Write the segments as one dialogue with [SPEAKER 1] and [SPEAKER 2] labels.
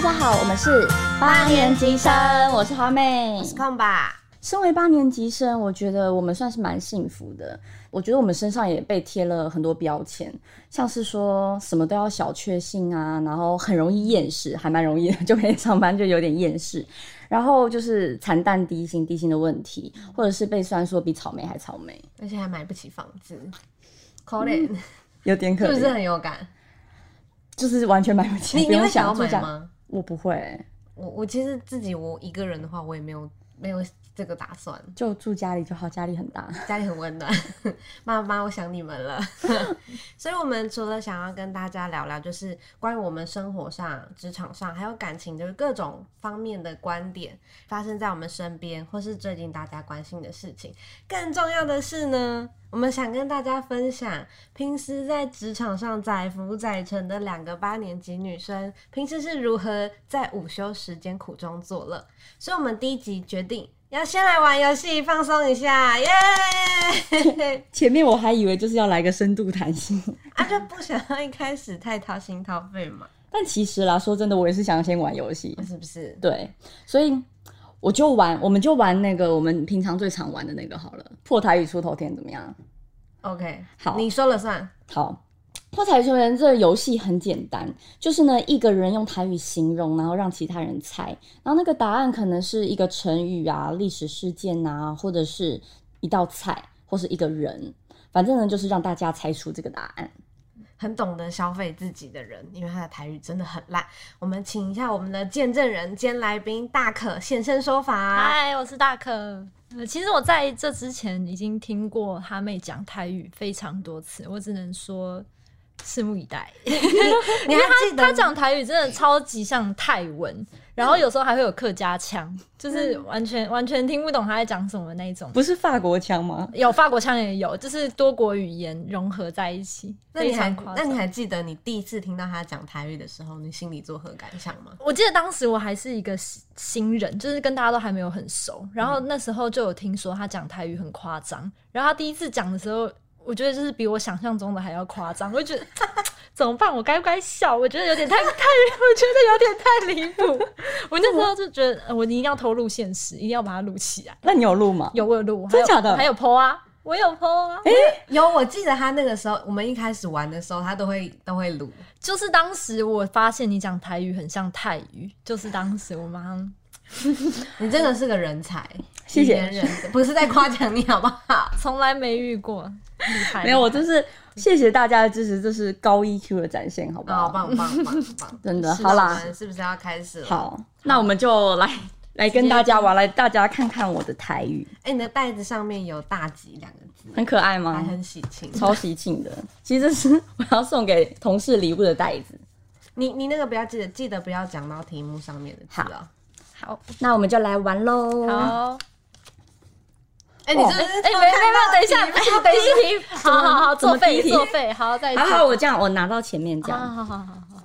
[SPEAKER 1] 家好，我们是
[SPEAKER 2] 八年级生
[SPEAKER 1] 我是花妹，
[SPEAKER 2] 看吧，
[SPEAKER 1] 身为八年级生，我觉得我们算是蛮幸福的。我觉得我们身上也被贴了很多标签，像是说什么都要小确幸啊，然后很容易厌世，还蛮容易的， 就每天上班就有点厌世。然后就是惨淡低薪，低薪的问题，或者是被酸说比草莓还草莓，
[SPEAKER 2] 而且还买不起房子，可怜，
[SPEAKER 1] 有点可
[SPEAKER 2] 是
[SPEAKER 1] 怜，
[SPEAKER 2] 不是很有感？
[SPEAKER 1] 就是完全买不起。
[SPEAKER 2] 你
[SPEAKER 1] 哎不
[SPEAKER 2] 你
[SPEAKER 1] 用
[SPEAKER 2] 会想要
[SPEAKER 1] 就
[SPEAKER 2] 买
[SPEAKER 1] 这样？
[SPEAKER 2] 吗？
[SPEAKER 1] 我不会，
[SPEAKER 2] 我我其实自己我一个人的话，我也没有没有这个打算，
[SPEAKER 1] 就住家里就好，家里很大。
[SPEAKER 2] 家里很温暖， 妈妈，我想你们了。 所以，我们除了想要跟大家聊聊，就是关于我们生活上、职场上，还有感情，就是各种方面的观点，发生在我们身边，或是最近大家关心的事情。更重要的是呢，我们想跟大家分享，平时在职场上载浮载沉的两个八年级女生，平时是如何在午休时间苦中作乐。所以，我们第一集决定要先来玩游戏，放松一下，耶、
[SPEAKER 1] 前面我还以为就是要来个深度谈心，
[SPEAKER 2] 啊，就不想要一开始太掏心掏肺嘛，
[SPEAKER 1] 但其实啦，说真的，我也是想先玩游戏。
[SPEAKER 2] 是不是？
[SPEAKER 1] 对，所以我就玩，我们就玩那个我们平常最常玩的那个好了，破台与出头天怎么样？
[SPEAKER 2] OK，
[SPEAKER 1] 好
[SPEAKER 2] 你说了算。
[SPEAKER 1] 好，破台与出头天这个游戏很简单，就是呢一个人用台语形容，然后让其他人猜，然后那个答案可能是一个成语啊、历史事件啊，或者是一道菜，或是一个人，反正呢就是让大家猜出这个答案。
[SPEAKER 2] 很懂得消费自己的人，因为他的台语真的很烂。我们请一下我们的见证人兼来宾大可现身说法。
[SPEAKER 3] 嗨，我是大可。呃，其实我在这之前已经听过哈妹讲台语非常多次，我只能说拭目以待。
[SPEAKER 2] 你还记
[SPEAKER 3] 她
[SPEAKER 2] 得
[SPEAKER 3] 讲台语真的超级像泰文，然后有时候还会有客家腔，就是
[SPEAKER 2] 嗯
[SPEAKER 3] 完全完全听不懂她在讲什么那一种。
[SPEAKER 1] 不是法国腔吗？
[SPEAKER 3] 有法国腔也有，就是多国语言融合在一起，
[SPEAKER 2] 那你
[SPEAKER 3] 非
[SPEAKER 2] 还
[SPEAKER 3] 常夸
[SPEAKER 2] 那
[SPEAKER 3] 张
[SPEAKER 2] 你还记得你第一次听到他讲台语的时候，你心里作何感想吗？
[SPEAKER 3] 我记得当时我还是一个新新人，就是跟大家都还没有很熟。然后那时候就有听说他讲台语很夸张，然后他第一次讲的时候，我觉得就是比我想象中的还要夸张， 我就觉得怎么办？我该不该笑？我觉得有点太太，我觉得有点太离谱。我那时候就觉得呃我一定要偷录现实，一定要把它录起来。
[SPEAKER 1] 那你有录吗？
[SPEAKER 3] 有我有录，
[SPEAKER 1] 真
[SPEAKER 3] 还有
[SPEAKER 1] 假的
[SPEAKER 3] 我还有 PO 啊，我有 PO 啊。
[SPEAKER 2] 有，我记得他那个时候，我们一开始玩的时候，他都会都会录。
[SPEAKER 3] 就是当时我发现你讲台语很像泰语，就是当时我马上
[SPEAKER 2] 你真的是个人才，
[SPEAKER 1] 谢谢
[SPEAKER 2] 语言人，不是在夸奖你好不 好？
[SPEAKER 3] 从来没遇过，厉害。
[SPEAKER 1] 没有，我就是谢谢大家的支持，这是高 EQ 的展现，好不好？
[SPEAKER 2] 好哦棒棒棒棒！
[SPEAKER 1] 真的
[SPEAKER 2] 是
[SPEAKER 1] 好啦
[SPEAKER 2] 我们是不是要开始了？
[SPEAKER 1] 好，那我们就来来跟大家玩，来大家看看我的台语，
[SPEAKER 2] 哎、你的袋子上面有“大吉”两个字，
[SPEAKER 1] 很可爱
[SPEAKER 2] 还
[SPEAKER 1] 吗？
[SPEAKER 2] 很喜庆。
[SPEAKER 1] 超喜庆的，其实这是我要送给同事礼物的袋子。
[SPEAKER 2] 你你那个不要记得，记得不要讲到题目上面的字哦。
[SPEAKER 3] 好，
[SPEAKER 1] 那我们就来玩喽。，
[SPEAKER 3] 好，
[SPEAKER 2] 哎、你
[SPEAKER 1] 哇
[SPEAKER 2] 真的是
[SPEAKER 3] 哎、没没没，等一下， 等一题，好好好，作废作废，好，再一次
[SPEAKER 1] 好好，我这样，我拿到前面这样，
[SPEAKER 3] 好好好好好，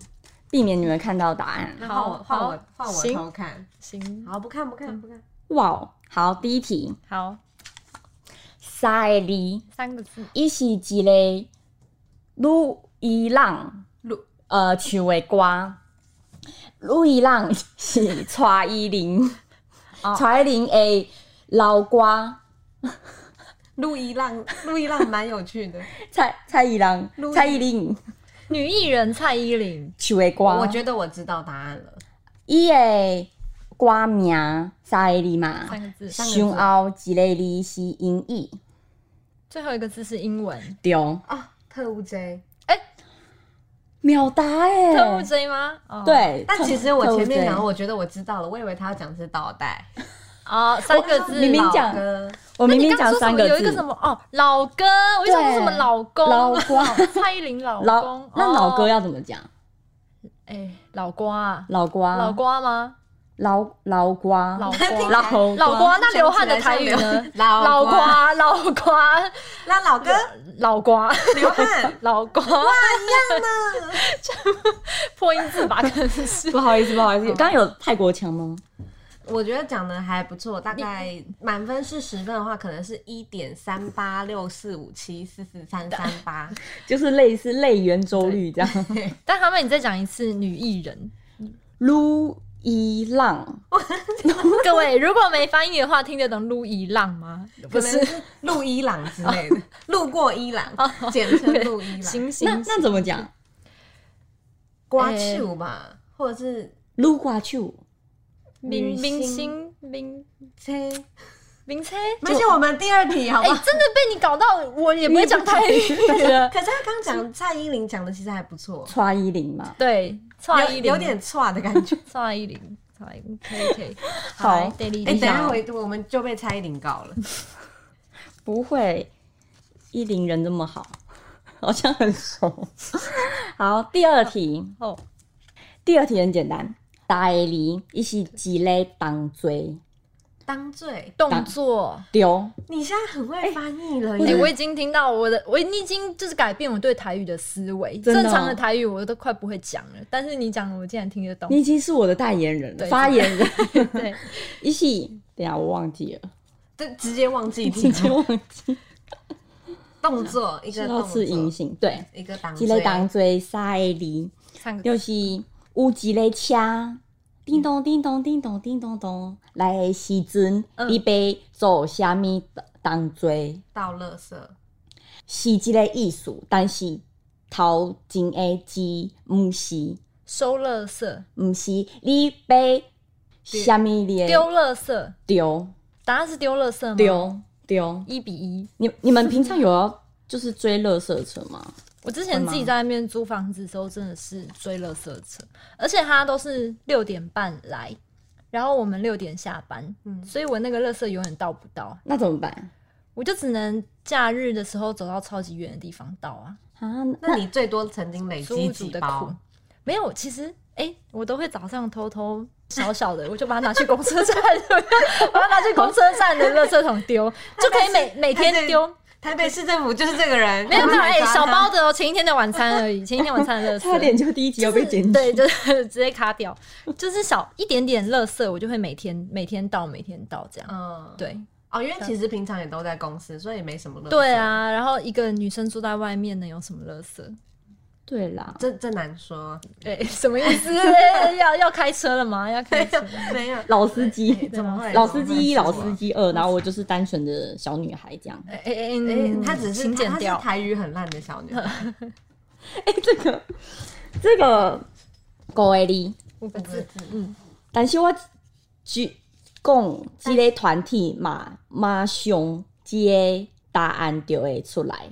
[SPEAKER 1] 避免你们看到答案。
[SPEAKER 2] 那换我
[SPEAKER 3] 好
[SPEAKER 2] 换我
[SPEAKER 3] 好
[SPEAKER 2] 换我
[SPEAKER 3] 行
[SPEAKER 2] 偷看。嗯
[SPEAKER 3] 行，
[SPEAKER 2] 好，不看不看不看。
[SPEAKER 1] 哇哦，好，第一题，
[SPEAKER 3] 好，
[SPEAKER 1] 三个字，
[SPEAKER 3] 三个字，
[SPEAKER 1] 伊是一个女伊朗
[SPEAKER 2] 录
[SPEAKER 1] 呃唱的歌，女伊朗是蔡依林，蔡依林的老歌。
[SPEAKER 2] 陆一浪，陆一浪蛮有趣的。
[SPEAKER 1] 蔡蔡依林
[SPEAKER 2] 陆，
[SPEAKER 1] 蔡依林
[SPEAKER 3] 女艺人蔡依林，
[SPEAKER 1] 唱的歌，
[SPEAKER 2] 我
[SPEAKER 1] 得
[SPEAKER 2] 觉得我知道答案了。
[SPEAKER 1] 伊的歌名三个字嘛，
[SPEAKER 3] 三个字，
[SPEAKER 2] 三个字
[SPEAKER 1] 上后一个字是音译，
[SPEAKER 3] 最后一个字是英文，
[SPEAKER 1] 对，
[SPEAKER 2] 啊，特务 J。
[SPEAKER 3] 哎
[SPEAKER 1] 秒答哎、
[SPEAKER 3] 特务 J 吗？哦，
[SPEAKER 1] 对，
[SPEAKER 2] 但其实我前面
[SPEAKER 1] 特
[SPEAKER 2] 讲，
[SPEAKER 1] 务 J 哎
[SPEAKER 2] 我觉得我知道了，我以为他要讲是倒带。
[SPEAKER 3] 哦，三个字，
[SPEAKER 1] 明明
[SPEAKER 2] 老
[SPEAKER 1] 讲
[SPEAKER 2] 歌
[SPEAKER 1] 我明明讲
[SPEAKER 3] 说什
[SPEAKER 1] 三
[SPEAKER 3] 么？
[SPEAKER 1] 个
[SPEAKER 3] 有一个
[SPEAKER 1] 字
[SPEAKER 3] 什，么哦，老歌，我就想说什么老公，蔡依林老
[SPEAKER 1] 老
[SPEAKER 3] 公，哦
[SPEAKER 1] 那老歌，要怎么讲？
[SPEAKER 3] 哎，老瓜啊，
[SPEAKER 1] 老瓜，
[SPEAKER 3] 老瓜吗？
[SPEAKER 1] 老老瓜，
[SPEAKER 3] 老
[SPEAKER 1] 老
[SPEAKER 3] 瓜，
[SPEAKER 1] 瓜
[SPEAKER 3] 老
[SPEAKER 2] 哦
[SPEAKER 3] 瓜，那流汗的台语呢？老
[SPEAKER 2] 瓜，
[SPEAKER 3] 瓜，老瓜，
[SPEAKER 2] 那老哥
[SPEAKER 3] 老瓜，
[SPEAKER 2] 流 汗。
[SPEAKER 3] 老瓜，哇，一样 呢，破音字吧，可能是
[SPEAKER 1] 不好意思，不好意思，刚刚有泰国腔吗？
[SPEAKER 2] 我觉得讲的还不错，大概满分是十分的话，可能是一点三八六四五七四四三三八。
[SPEAKER 1] 就是类似类圆周率这样。
[SPEAKER 3] 但他们，你再讲一次女艺人，
[SPEAKER 1] 撸一浪，
[SPEAKER 3] 各位如果没翻译的话，听得懂路一浪吗？
[SPEAKER 2] 可能是哦路伊朗之类的，路过伊朗，简称路伊朗，
[SPEAKER 3] 行行
[SPEAKER 1] 那那怎么讲？
[SPEAKER 2] 刮球吧，或者是
[SPEAKER 1] 撸瓜球，
[SPEAKER 3] 明明
[SPEAKER 2] 明
[SPEAKER 3] 星明
[SPEAKER 2] 切。
[SPEAKER 3] 明车，
[SPEAKER 2] 没事，我们第二题好
[SPEAKER 3] 哎、
[SPEAKER 2] 吧？
[SPEAKER 3] 真的被你搞到，我也不会讲 台语了。
[SPEAKER 1] 啊
[SPEAKER 2] 可是他刚讲蔡依林讲的其实还不错，
[SPEAKER 1] 刷一零嘛。
[SPEAKER 3] 对，蔡依
[SPEAKER 2] 有
[SPEAKER 3] 林
[SPEAKER 2] 有点差的感觉。
[SPEAKER 3] 蔡依林，蔡依林可以可以。
[SPEAKER 1] 好
[SPEAKER 3] 来 ，Daily，
[SPEAKER 2] 哎、等一
[SPEAKER 3] 你想
[SPEAKER 2] 下
[SPEAKER 3] 要
[SPEAKER 2] 回我们就被蔡依林告了。
[SPEAKER 1] 不会，一零人这么好， 好像很熟。好，第二题，
[SPEAKER 3] 哦，
[SPEAKER 1] 第二题很简单，大梨一起几类当追
[SPEAKER 2] 当罪，
[SPEAKER 3] 动作，
[SPEAKER 1] 丢，
[SPEAKER 2] 你现在很会翻译了
[SPEAKER 3] 哎、
[SPEAKER 2] 耶！
[SPEAKER 3] 我已经听到我的，我你已经就是改变我对台语的思维。
[SPEAKER 1] 真的哦
[SPEAKER 3] 正常的台语我都快不会讲了，但是你讲的我竟然听得懂。
[SPEAKER 1] 你已经是我的代言人了，
[SPEAKER 3] 对
[SPEAKER 1] 发言人。
[SPEAKER 3] 对，
[SPEAKER 1] 一起，等一下我忘记了，
[SPEAKER 2] 对，直接忘记
[SPEAKER 1] 直
[SPEAKER 2] 题
[SPEAKER 1] 接忘记，
[SPEAKER 2] 动作， 一个
[SPEAKER 1] 要
[SPEAKER 2] 动
[SPEAKER 1] 吃银
[SPEAKER 2] 作，
[SPEAKER 1] 杏。对，
[SPEAKER 2] 一个当
[SPEAKER 1] 几类
[SPEAKER 2] 罪，
[SPEAKER 1] 当追沙梨，
[SPEAKER 3] 唱个
[SPEAKER 1] 就是有一个车，叮咚叮咚叮咚叮咚咚，来的时阵，
[SPEAKER 3] 嗯
[SPEAKER 1] 你要做虾米当追？
[SPEAKER 2] 倒垃圾，
[SPEAKER 1] 是即个意思，但是头前的字毋是，
[SPEAKER 3] 收垃圾、
[SPEAKER 1] 毋是你被虾米咧
[SPEAKER 3] 丢垃圾，
[SPEAKER 1] 丢
[SPEAKER 3] 答案是丢垃圾吗？，
[SPEAKER 1] 丢丢。
[SPEAKER 3] 一比一。
[SPEAKER 1] 你你们平常有要就是追垃圾车吗？
[SPEAKER 3] 我之前自己在那边租房子的时候，真的是追垃圾车，而且他都是六点半来，然后我们六点下班，
[SPEAKER 2] 嗯
[SPEAKER 3] 所以我那个垃圾永远到不到，
[SPEAKER 1] 那怎么办
[SPEAKER 3] 我就只能假日的时候走到超级远的地方倒啊。
[SPEAKER 1] 啊？
[SPEAKER 2] 那你最多曾经累
[SPEAKER 3] 租
[SPEAKER 2] 积
[SPEAKER 3] 屋主
[SPEAKER 2] 几
[SPEAKER 3] 的
[SPEAKER 2] 包
[SPEAKER 3] 苦？没有，其实哎、诶我都会早上偷偷小小 的，我就把它拿去公车站， 把它拿去公车站的垃圾桶丢，就可以每每天丢。
[SPEAKER 2] 台北市政府就是这个人，
[SPEAKER 3] 没有没有，哎、
[SPEAKER 2] 赶快抓
[SPEAKER 3] 小
[SPEAKER 2] 他
[SPEAKER 3] 包的哦，前一天的晚餐而已，前一天晚餐的垃圾。
[SPEAKER 1] 差点就第一集要被剪辑。
[SPEAKER 3] 对，就是 直接卡掉，就是小一点点垃圾，我就会每天每天倒，每天倒这样。
[SPEAKER 2] 嗯，
[SPEAKER 3] 对啊
[SPEAKER 2] 哦，因为其实平常也都在公司，所以没什么乐。
[SPEAKER 3] 对，啊，然后一个女生住在外面能有什么垃圾？
[SPEAKER 1] 对啦，
[SPEAKER 2] 这这难说，
[SPEAKER 3] 对，什么意思？ 哎要要开车了吗？要 开车？
[SPEAKER 2] 没有
[SPEAKER 1] 老司
[SPEAKER 2] 哎
[SPEAKER 1] 机，
[SPEAKER 2] 怎么会
[SPEAKER 1] 老司机一，
[SPEAKER 2] 怎
[SPEAKER 1] 老
[SPEAKER 2] 么会
[SPEAKER 1] 司机二，然后我就是单纯的小女孩这样。
[SPEAKER 3] 哎哎哎
[SPEAKER 2] 哎
[SPEAKER 3] 嗯，
[SPEAKER 2] 她只是
[SPEAKER 3] 请
[SPEAKER 2] 她
[SPEAKER 3] 剪
[SPEAKER 2] 是
[SPEAKER 3] 掉。
[SPEAKER 2] 台语很烂的小 女孩，
[SPEAKER 1] 哎、这个这个高爱丽，
[SPEAKER 3] 五个
[SPEAKER 2] 五个
[SPEAKER 3] 字，
[SPEAKER 2] 字
[SPEAKER 3] 嗯，
[SPEAKER 1] 但是我只讲这个团体嘛，马上这个答案就会出来。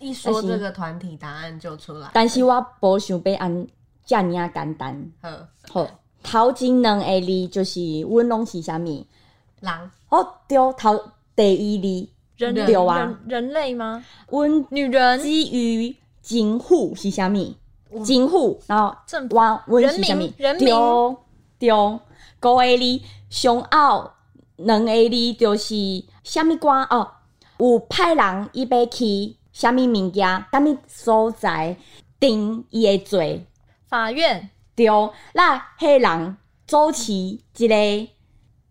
[SPEAKER 2] 一说这个团体答案就出来。
[SPEAKER 1] 但是我无想要安遮尔啊简单。
[SPEAKER 2] 呵，
[SPEAKER 1] 好，头前两个字就是阮拢是啥物？
[SPEAKER 2] 狼
[SPEAKER 1] 哦，对，头第
[SPEAKER 3] 人
[SPEAKER 1] 对啊
[SPEAKER 3] 人人类吗？
[SPEAKER 1] 二字，阮
[SPEAKER 3] 女人
[SPEAKER 1] 基于政府是啥物？
[SPEAKER 3] 我
[SPEAKER 1] 政府，然后
[SPEAKER 3] 政府
[SPEAKER 1] 阮阮是啥物
[SPEAKER 3] 人民？人民
[SPEAKER 1] 对对，高个字上澳两个字就是啥物歌哦？有派人伊要去啥物物件，啥物所在定伊的罪。
[SPEAKER 3] 法院
[SPEAKER 1] 对，那迄人主持一个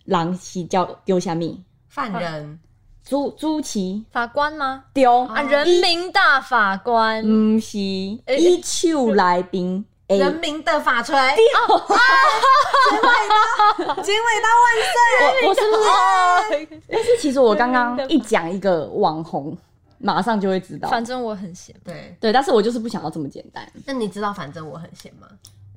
[SPEAKER 1] 人是叫叫啥物？
[SPEAKER 2] 犯人
[SPEAKER 1] 主主持
[SPEAKER 3] 法官吗？
[SPEAKER 1] 对
[SPEAKER 3] 啊，人民大法官。
[SPEAKER 1] 毋是伊手哎内边
[SPEAKER 3] 哎
[SPEAKER 1] 诶，
[SPEAKER 2] 人民的法锤，哦结尾刀，结尾刀万岁！
[SPEAKER 1] 我我是不是？但是其实我刚刚
[SPEAKER 3] 人
[SPEAKER 1] 一
[SPEAKER 3] 民
[SPEAKER 1] 讲一个网红，马上就会知道。
[SPEAKER 3] 反正我很闲，
[SPEAKER 2] 对，
[SPEAKER 1] 对，但是我就是不想要这么简单。
[SPEAKER 2] 那你知道反正我很闲吗？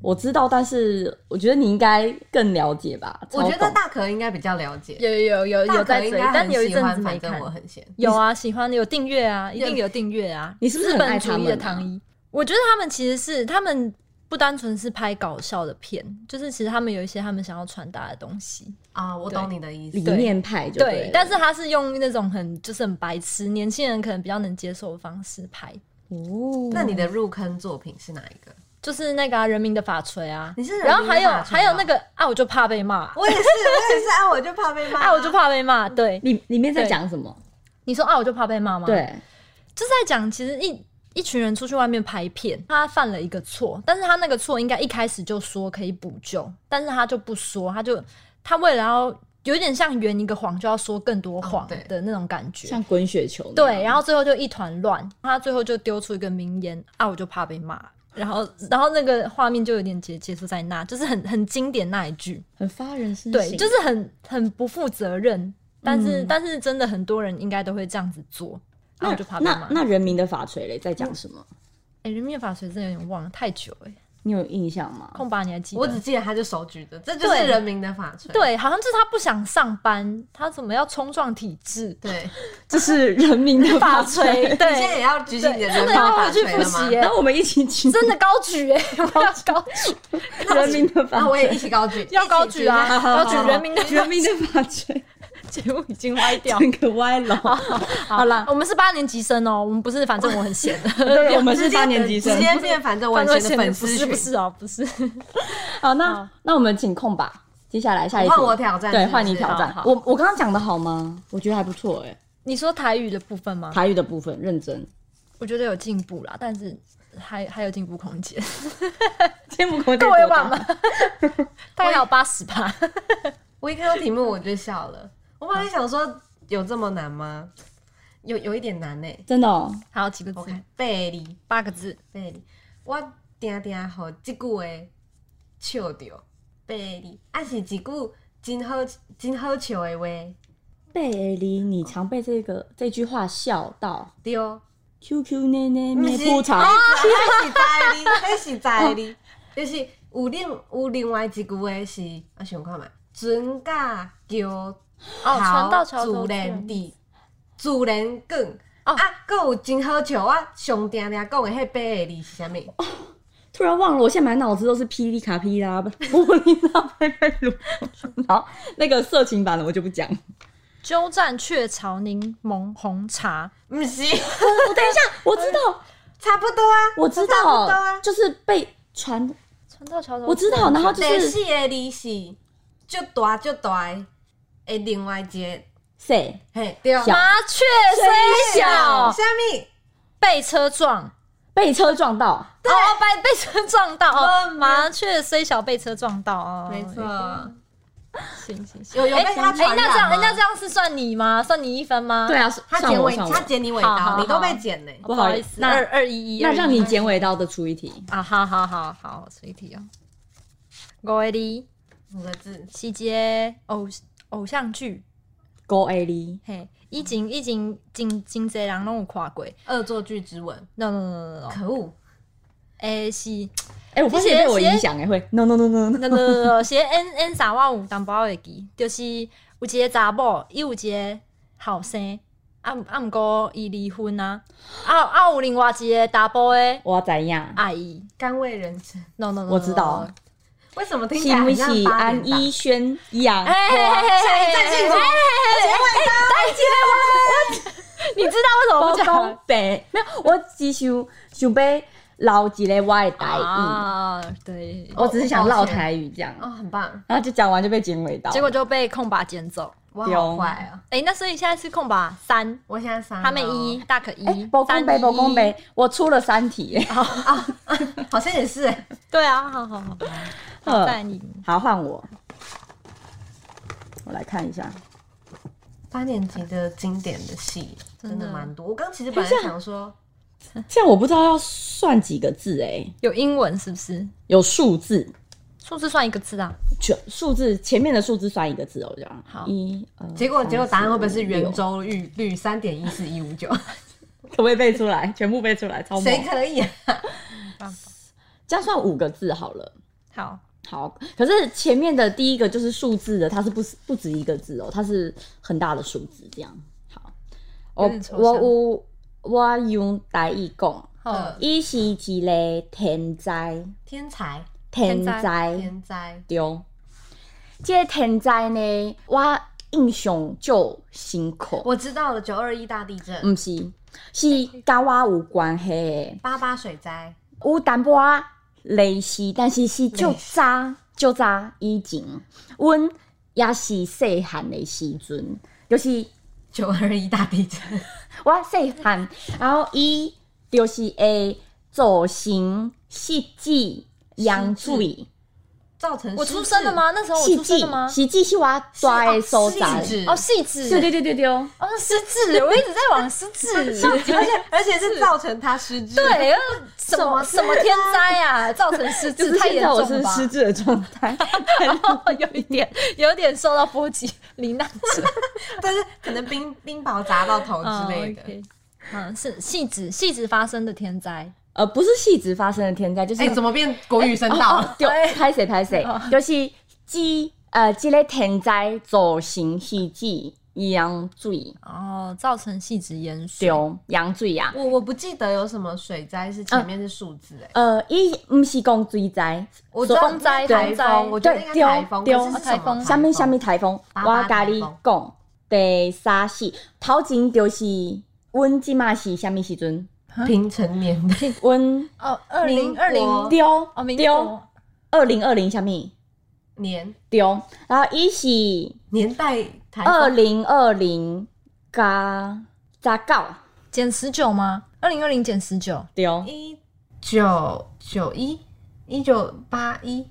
[SPEAKER 1] 我知道，但是我觉得你应该更了解吧。
[SPEAKER 2] 我觉
[SPEAKER 1] 超
[SPEAKER 2] 得
[SPEAKER 1] 懂
[SPEAKER 2] 大可应该比较了解，
[SPEAKER 3] 有有有有
[SPEAKER 2] 大
[SPEAKER 3] 在
[SPEAKER 2] 可
[SPEAKER 3] 追
[SPEAKER 2] 应，该
[SPEAKER 3] 但
[SPEAKER 2] 很
[SPEAKER 3] 有一
[SPEAKER 2] 喜
[SPEAKER 3] 阵
[SPEAKER 2] 欢
[SPEAKER 3] 子没
[SPEAKER 2] 反正
[SPEAKER 3] 看
[SPEAKER 2] 我。很闲。
[SPEAKER 3] 有啊，喜欢的有订阅啊，一定有订阅啊。
[SPEAKER 1] 你是不是
[SPEAKER 3] 资
[SPEAKER 1] 很爱
[SPEAKER 3] 本
[SPEAKER 1] 他
[SPEAKER 3] 主
[SPEAKER 1] 们啊
[SPEAKER 3] 义的抗议？我觉得他们其实是他们不单纯是拍搞笑的片，就是其实他们有一些他们想要传达的东西。
[SPEAKER 2] 啊，我
[SPEAKER 3] 对
[SPEAKER 2] 懂你的意
[SPEAKER 1] 理
[SPEAKER 2] 思。
[SPEAKER 1] 念派就
[SPEAKER 3] 对，但
[SPEAKER 1] 是
[SPEAKER 3] 是他是用那种很就是很白痴，年轻人可能比较能接受的方式拍，
[SPEAKER 1] 哦，
[SPEAKER 2] 那你的入坑作品是哪一个？
[SPEAKER 3] 就是那个、啊、人民的法锤啊。
[SPEAKER 2] 你是人民
[SPEAKER 3] 然后还有
[SPEAKER 2] 的法锤啊
[SPEAKER 3] 还有那个啊，我就怕被骂，
[SPEAKER 2] 我也是，我也是 啊，我就怕被骂
[SPEAKER 3] 啊我就怕被骂。对，
[SPEAKER 1] 里里面在
[SPEAKER 3] 对
[SPEAKER 1] 讲什么？
[SPEAKER 3] 你说啊我就怕被骂吗？
[SPEAKER 1] 对，
[SPEAKER 3] 就是在讲，其实一一群人出去外面拍片，他犯了一个错，但是他那个错应该一开始就说可以补救，但是他就不说，他就他为了要有点像圆一个谎，就要说更多
[SPEAKER 2] 哦
[SPEAKER 3] 谎
[SPEAKER 2] 对
[SPEAKER 3] 的那种感觉。
[SPEAKER 1] 像滚雪球那样
[SPEAKER 3] 对，然后最后就一团乱，他最后就丢出一个名言啊，我就怕被骂，然后然后那个画面就有点结结束在那，就是很很经典那一句，
[SPEAKER 1] 很发人深省。
[SPEAKER 3] 对，就是很很不负责任，但是、但是真的很多人应该都会这样子做，然后就怕
[SPEAKER 1] 那
[SPEAKER 3] 被
[SPEAKER 1] 那
[SPEAKER 3] 骂。
[SPEAKER 1] 那人民的法锤嘞，在讲什么？
[SPEAKER 3] 哎、人面法锤真的有点忘了，太久了、欸，
[SPEAKER 1] 你有印象吗？
[SPEAKER 3] 空吧你还记
[SPEAKER 2] 哦
[SPEAKER 3] 得？
[SPEAKER 2] 我只记得他就手举着，这就是
[SPEAKER 3] 对
[SPEAKER 2] 人民的法锤。
[SPEAKER 3] 对，好像就是他不想上班，他怎么要冲撞体制？
[SPEAKER 2] 对，
[SPEAKER 1] 这是人民的 法锤。
[SPEAKER 2] 你现在也
[SPEAKER 3] 对，
[SPEAKER 2] 要举起你的人
[SPEAKER 3] 真
[SPEAKER 2] 民
[SPEAKER 3] 的要
[SPEAKER 2] 法
[SPEAKER 3] 回去
[SPEAKER 2] 锤
[SPEAKER 3] 复
[SPEAKER 2] 了吗
[SPEAKER 3] 习、？欸
[SPEAKER 1] 那，我们一起举
[SPEAKER 3] 真的高举哎、欸， 我要高举，
[SPEAKER 1] 人民的法
[SPEAKER 2] 那我也一
[SPEAKER 1] 锤，
[SPEAKER 2] 起高举，
[SPEAKER 3] 要高举啊
[SPEAKER 2] 一起举！
[SPEAKER 3] 高举人民的
[SPEAKER 1] 人民的法锤，
[SPEAKER 3] 节目已经歪 掉。
[SPEAKER 1] 整个歪楼。
[SPEAKER 3] 好了，我们是八年级生哦，我们不是，反正我很 闲的。
[SPEAKER 1] 对，我们是八年级生
[SPEAKER 2] 直。接变反正文
[SPEAKER 3] 反正我
[SPEAKER 2] 学
[SPEAKER 3] 闲
[SPEAKER 2] 的
[SPEAKER 3] 的
[SPEAKER 2] 粉
[SPEAKER 3] 不
[SPEAKER 2] 丝
[SPEAKER 3] 是
[SPEAKER 2] 群
[SPEAKER 3] 不。是哦，不是。
[SPEAKER 1] 好，那那我们请空吧。接下来下一题，
[SPEAKER 2] 换我挑战
[SPEAKER 1] 对，
[SPEAKER 2] 是不是
[SPEAKER 1] 换你挑战
[SPEAKER 3] 好。好
[SPEAKER 1] 我我刚刚讲的好吗？我觉得还不错哎。
[SPEAKER 3] 你说台语的部分吗？
[SPEAKER 1] 台语的部分认真，
[SPEAKER 3] 我觉得有进步啦，但是还还有进步空间。
[SPEAKER 1] 天不空
[SPEAKER 3] 各位爸妈， 大概还有八十趴。
[SPEAKER 2] 我一看到题目我就笑了，我本来想说有这么难吗？有有一点难欸呢、
[SPEAKER 1] 真的哦，
[SPEAKER 3] 还有几个
[SPEAKER 2] 我
[SPEAKER 3] 字
[SPEAKER 2] 看？贝里
[SPEAKER 3] 八个字。
[SPEAKER 2] 贝里，我定定吼即句话笑着贝里，啊是一句真好真好笑的话，
[SPEAKER 1] 贝里，你常被这个这句话笑到。
[SPEAKER 2] 对。
[SPEAKER 1] QQ 内内内
[SPEAKER 2] 嗯是
[SPEAKER 1] 裤长，
[SPEAKER 2] 那是在哩，那是在哩，就是有另有另外一句话是，我想看嘛，船甲桥
[SPEAKER 3] 哦，船到桥头
[SPEAKER 2] 自
[SPEAKER 3] 自
[SPEAKER 2] 然
[SPEAKER 3] 然直。
[SPEAKER 2] 直，自然卷。
[SPEAKER 3] 哦
[SPEAKER 2] 啊，搁有真好笑，我上定定讲的迄八个字是啥物？
[SPEAKER 1] 突然忘了，我现在满脑子都是霹雳卡霹雳拉、玻璃拉贝贝鲁。好，那个色情版的我就不讲。
[SPEAKER 3] 鸠占鹊巢柠檬红茶。
[SPEAKER 2] 毋是，
[SPEAKER 1] 我等一下，我知道，
[SPEAKER 2] 差不多啊，
[SPEAKER 1] 我知
[SPEAKER 2] 差不多
[SPEAKER 1] 道
[SPEAKER 2] 啊，。
[SPEAKER 1] 就是被传，
[SPEAKER 3] 船到桥头。
[SPEAKER 1] 我知道，然后哦就
[SPEAKER 2] 第
[SPEAKER 1] 是
[SPEAKER 2] 四个字是足大足大的，诶，另外一个
[SPEAKER 1] 谁？
[SPEAKER 2] 嘿对，
[SPEAKER 1] 小
[SPEAKER 3] 麻雀
[SPEAKER 1] 虽
[SPEAKER 3] 虽
[SPEAKER 2] 啥
[SPEAKER 3] 小，
[SPEAKER 2] 物？
[SPEAKER 3] 被车撞。
[SPEAKER 1] 被车撞到，
[SPEAKER 3] 哦，被被车撞到哦，
[SPEAKER 2] 嗯
[SPEAKER 3] 麻雀虽小被车撞到哦，
[SPEAKER 2] 没错，
[SPEAKER 3] 行行行。
[SPEAKER 2] 有有
[SPEAKER 3] 哎
[SPEAKER 2] 被他
[SPEAKER 3] 哎
[SPEAKER 2] 传染
[SPEAKER 3] 那这样，
[SPEAKER 2] 吗
[SPEAKER 3] 人家这样是算你吗？算你一分吗？
[SPEAKER 1] 对，啊，
[SPEAKER 2] 他
[SPEAKER 1] 上
[SPEAKER 2] 剪
[SPEAKER 1] 我
[SPEAKER 2] 尾，
[SPEAKER 1] 上
[SPEAKER 2] 他
[SPEAKER 1] 我。
[SPEAKER 2] 剪你尾
[SPEAKER 3] 好好
[SPEAKER 2] 刀，
[SPEAKER 3] 好
[SPEAKER 2] 你都被剪呢。
[SPEAKER 3] 不
[SPEAKER 1] 不
[SPEAKER 3] 好
[SPEAKER 1] 好
[SPEAKER 3] 意
[SPEAKER 1] 意
[SPEAKER 3] 思
[SPEAKER 1] 思，
[SPEAKER 3] 二二一一，
[SPEAKER 1] 那让你
[SPEAKER 3] 211
[SPEAKER 1] 剪尾刀的出一题，
[SPEAKER 3] 啊，好好好好，随题哦。五个字，
[SPEAKER 2] 五个字，
[SPEAKER 3] 是一个偶偶像剧，
[SPEAKER 1] 高 A 哩，
[SPEAKER 3] 嘿，以前以前真真侪人拢有看过
[SPEAKER 2] 恶作剧之吻，
[SPEAKER 3] ，no no no no no，
[SPEAKER 2] 可恶！
[SPEAKER 3] 诶是。
[SPEAKER 1] 哎，我发现被我影响哎，会 no no no no no，
[SPEAKER 3] 那个写 N N 啥我有淡薄仔会记，就是有一个查某，伊有一个后生，啊啊毋过伊离婚啊，啊啊有另外一个查甫的
[SPEAKER 1] 我怎
[SPEAKER 2] 啊
[SPEAKER 1] 样？
[SPEAKER 3] 阿姨
[SPEAKER 2] 甘为人生，
[SPEAKER 3] ，no no no，
[SPEAKER 1] 我知道，
[SPEAKER 2] 为什么听起来
[SPEAKER 1] 新
[SPEAKER 2] 很
[SPEAKER 1] 闻
[SPEAKER 2] 像
[SPEAKER 1] 系
[SPEAKER 2] 八点
[SPEAKER 1] 安
[SPEAKER 2] 档
[SPEAKER 1] 一轩阳
[SPEAKER 3] 哎，哎哎哎哎
[SPEAKER 2] 下一站
[SPEAKER 3] 哎
[SPEAKER 2] 进组
[SPEAKER 3] 哎你知道为
[SPEAKER 2] 哎
[SPEAKER 1] 我
[SPEAKER 3] 什么
[SPEAKER 1] 讲白，没有，我只想想要捞一个我的
[SPEAKER 3] 不
[SPEAKER 1] 台
[SPEAKER 3] 讲
[SPEAKER 1] 语，
[SPEAKER 3] 啊？对，
[SPEAKER 1] 我只是想唠台语这样，
[SPEAKER 2] 哦，很棒，
[SPEAKER 1] 然后就讲完就被剪尾刀，
[SPEAKER 3] 结果就被空把捡走。
[SPEAKER 2] 我
[SPEAKER 1] 对
[SPEAKER 2] 好
[SPEAKER 1] 哦
[SPEAKER 2] 坏啊！
[SPEAKER 3] 哎，那所以现在是空把三，
[SPEAKER 2] 我现在三，哦
[SPEAKER 3] 他们一，大可一
[SPEAKER 1] 哎，，不公
[SPEAKER 3] 三
[SPEAKER 1] 杯，
[SPEAKER 3] 一
[SPEAKER 1] 不公，杯，我出了三 题，
[SPEAKER 2] 哦好像也是欸
[SPEAKER 3] 对啊，好好好，
[SPEAKER 1] 嗯
[SPEAKER 3] 带你
[SPEAKER 1] 好，换我，我来看一下，
[SPEAKER 2] 八年级的经典的戏，真
[SPEAKER 3] 真
[SPEAKER 2] 的
[SPEAKER 3] 的
[SPEAKER 2] 蛮多。我刚其实本来想说，
[SPEAKER 1] 这样我不知道要算几个字哎，
[SPEAKER 3] 有英文是不是？
[SPEAKER 1] 有数字。
[SPEAKER 3] 数字算一个字啊？
[SPEAKER 1] 全数字前面的数字算一个字哦，这样。
[SPEAKER 3] 好
[SPEAKER 1] 一二。
[SPEAKER 2] 结果
[SPEAKER 1] 三
[SPEAKER 2] 结果答案
[SPEAKER 1] 四
[SPEAKER 2] 会不会是圆
[SPEAKER 1] 六
[SPEAKER 2] 周率率三点一四一五九？
[SPEAKER 1] 可不可以背出来？全部背出来，超猛。
[SPEAKER 2] 谁可以啊？
[SPEAKER 1] 这样算五个字好了。
[SPEAKER 3] 好，
[SPEAKER 1] 好，可是前面的第一个就是数字的，它是不是不止一个字哦，它是很大的数字，这样。好，
[SPEAKER 3] 有
[SPEAKER 1] 我
[SPEAKER 3] 点抽象
[SPEAKER 1] 我有我用台语讲，
[SPEAKER 3] 好
[SPEAKER 2] 呃，
[SPEAKER 1] 伊是一个天灾，
[SPEAKER 2] 天才，
[SPEAKER 1] 天
[SPEAKER 3] 天灾
[SPEAKER 1] 灾
[SPEAKER 2] 天灾，
[SPEAKER 1] 对。这个天灾呢，我印象就辛苦。
[SPEAKER 2] 我知道了，九二一大地震，
[SPEAKER 1] 毋是，是甲我有关系的，
[SPEAKER 2] 八八水灾，
[SPEAKER 1] 有淡薄仔类似，但是是较早较早以前，阮也是细汉的时阵，就是
[SPEAKER 2] 九二一大地震，
[SPEAKER 1] 我细汉，然后伊就是会造成湿疹、羊水，
[SPEAKER 2] 造成
[SPEAKER 3] 我出生了？吗？那时候我
[SPEAKER 1] 戏
[SPEAKER 3] 哦出生
[SPEAKER 1] 剧
[SPEAKER 3] 了吗？
[SPEAKER 1] 戏剧是我抓的所在，
[SPEAKER 2] 是
[SPEAKER 3] 哦，细致，
[SPEAKER 1] 对对对对对哦，
[SPEAKER 3] 哦，失智，我一直在往失智。
[SPEAKER 2] 而且而且是造成他失智。，
[SPEAKER 3] 对，呃什么
[SPEAKER 2] 什
[SPEAKER 3] 什么天灾啊，造成失
[SPEAKER 1] 就
[SPEAKER 3] 智
[SPEAKER 1] 是
[SPEAKER 3] 太
[SPEAKER 1] 现
[SPEAKER 3] 严
[SPEAKER 1] 在我
[SPEAKER 3] 重
[SPEAKER 1] 是
[SPEAKER 3] 了吧？
[SPEAKER 1] 失智的状态，
[SPEAKER 3] 有一点，有一点受到波及，罹难者
[SPEAKER 2] 但是可能冰冰雹砸到头之类的。
[SPEAKER 3] 嗯，OK 嗯，是细致细致发生的天灾，
[SPEAKER 1] 呃，不是戏子发生的天灾，就是
[SPEAKER 2] 哎、怎么变国语声
[SPEAKER 3] 哦
[SPEAKER 2] 道？
[SPEAKER 1] 就拍谁拍谁，就是即呃即个天灾造成戏剧洋水，
[SPEAKER 3] 哦，造成细致淹水
[SPEAKER 1] 对。洋水
[SPEAKER 3] 哦
[SPEAKER 1] 啊，
[SPEAKER 2] 我我不记得有什么水灾是前面是数字哎、
[SPEAKER 1] 呃，伊毋是讲水灾，
[SPEAKER 2] 我知道
[SPEAKER 3] 风灾
[SPEAKER 2] 台
[SPEAKER 3] 风灾
[SPEAKER 2] 风，我觉得应该
[SPEAKER 1] 对
[SPEAKER 2] 台风，
[SPEAKER 1] 对
[SPEAKER 2] 可是是什
[SPEAKER 3] 台
[SPEAKER 2] 么
[SPEAKER 3] 风
[SPEAKER 1] 虾米虾米台风，
[SPEAKER 2] 八八
[SPEAKER 1] 我甲你
[SPEAKER 2] 台风
[SPEAKER 1] 讲，第三四头前就是阮即马是虾米时阵？
[SPEAKER 2] 平成年的
[SPEAKER 1] 阮
[SPEAKER 3] 哦，二零二零
[SPEAKER 2] 民国
[SPEAKER 1] 丢
[SPEAKER 3] 哦，民
[SPEAKER 1] 丢
[SPEAKER 3] 国
[SPEAKER 1] 二零二零虾米
[SPEAKER 2] 年
[SPEAKER 1] 丢，然后伊是
[SPEAKER 2] 年代台
[SPEAKER 1] 二
[SPEAKER 3] 呃
[SPEAKER 2] 风，
[SPEAKER 1] 零二零加十九
[SPEAKER 3] 减十九吗？二零二零减十九，
[SPEAKER 1] 丢，
[SPEAKER 2] 一九九一一九八一，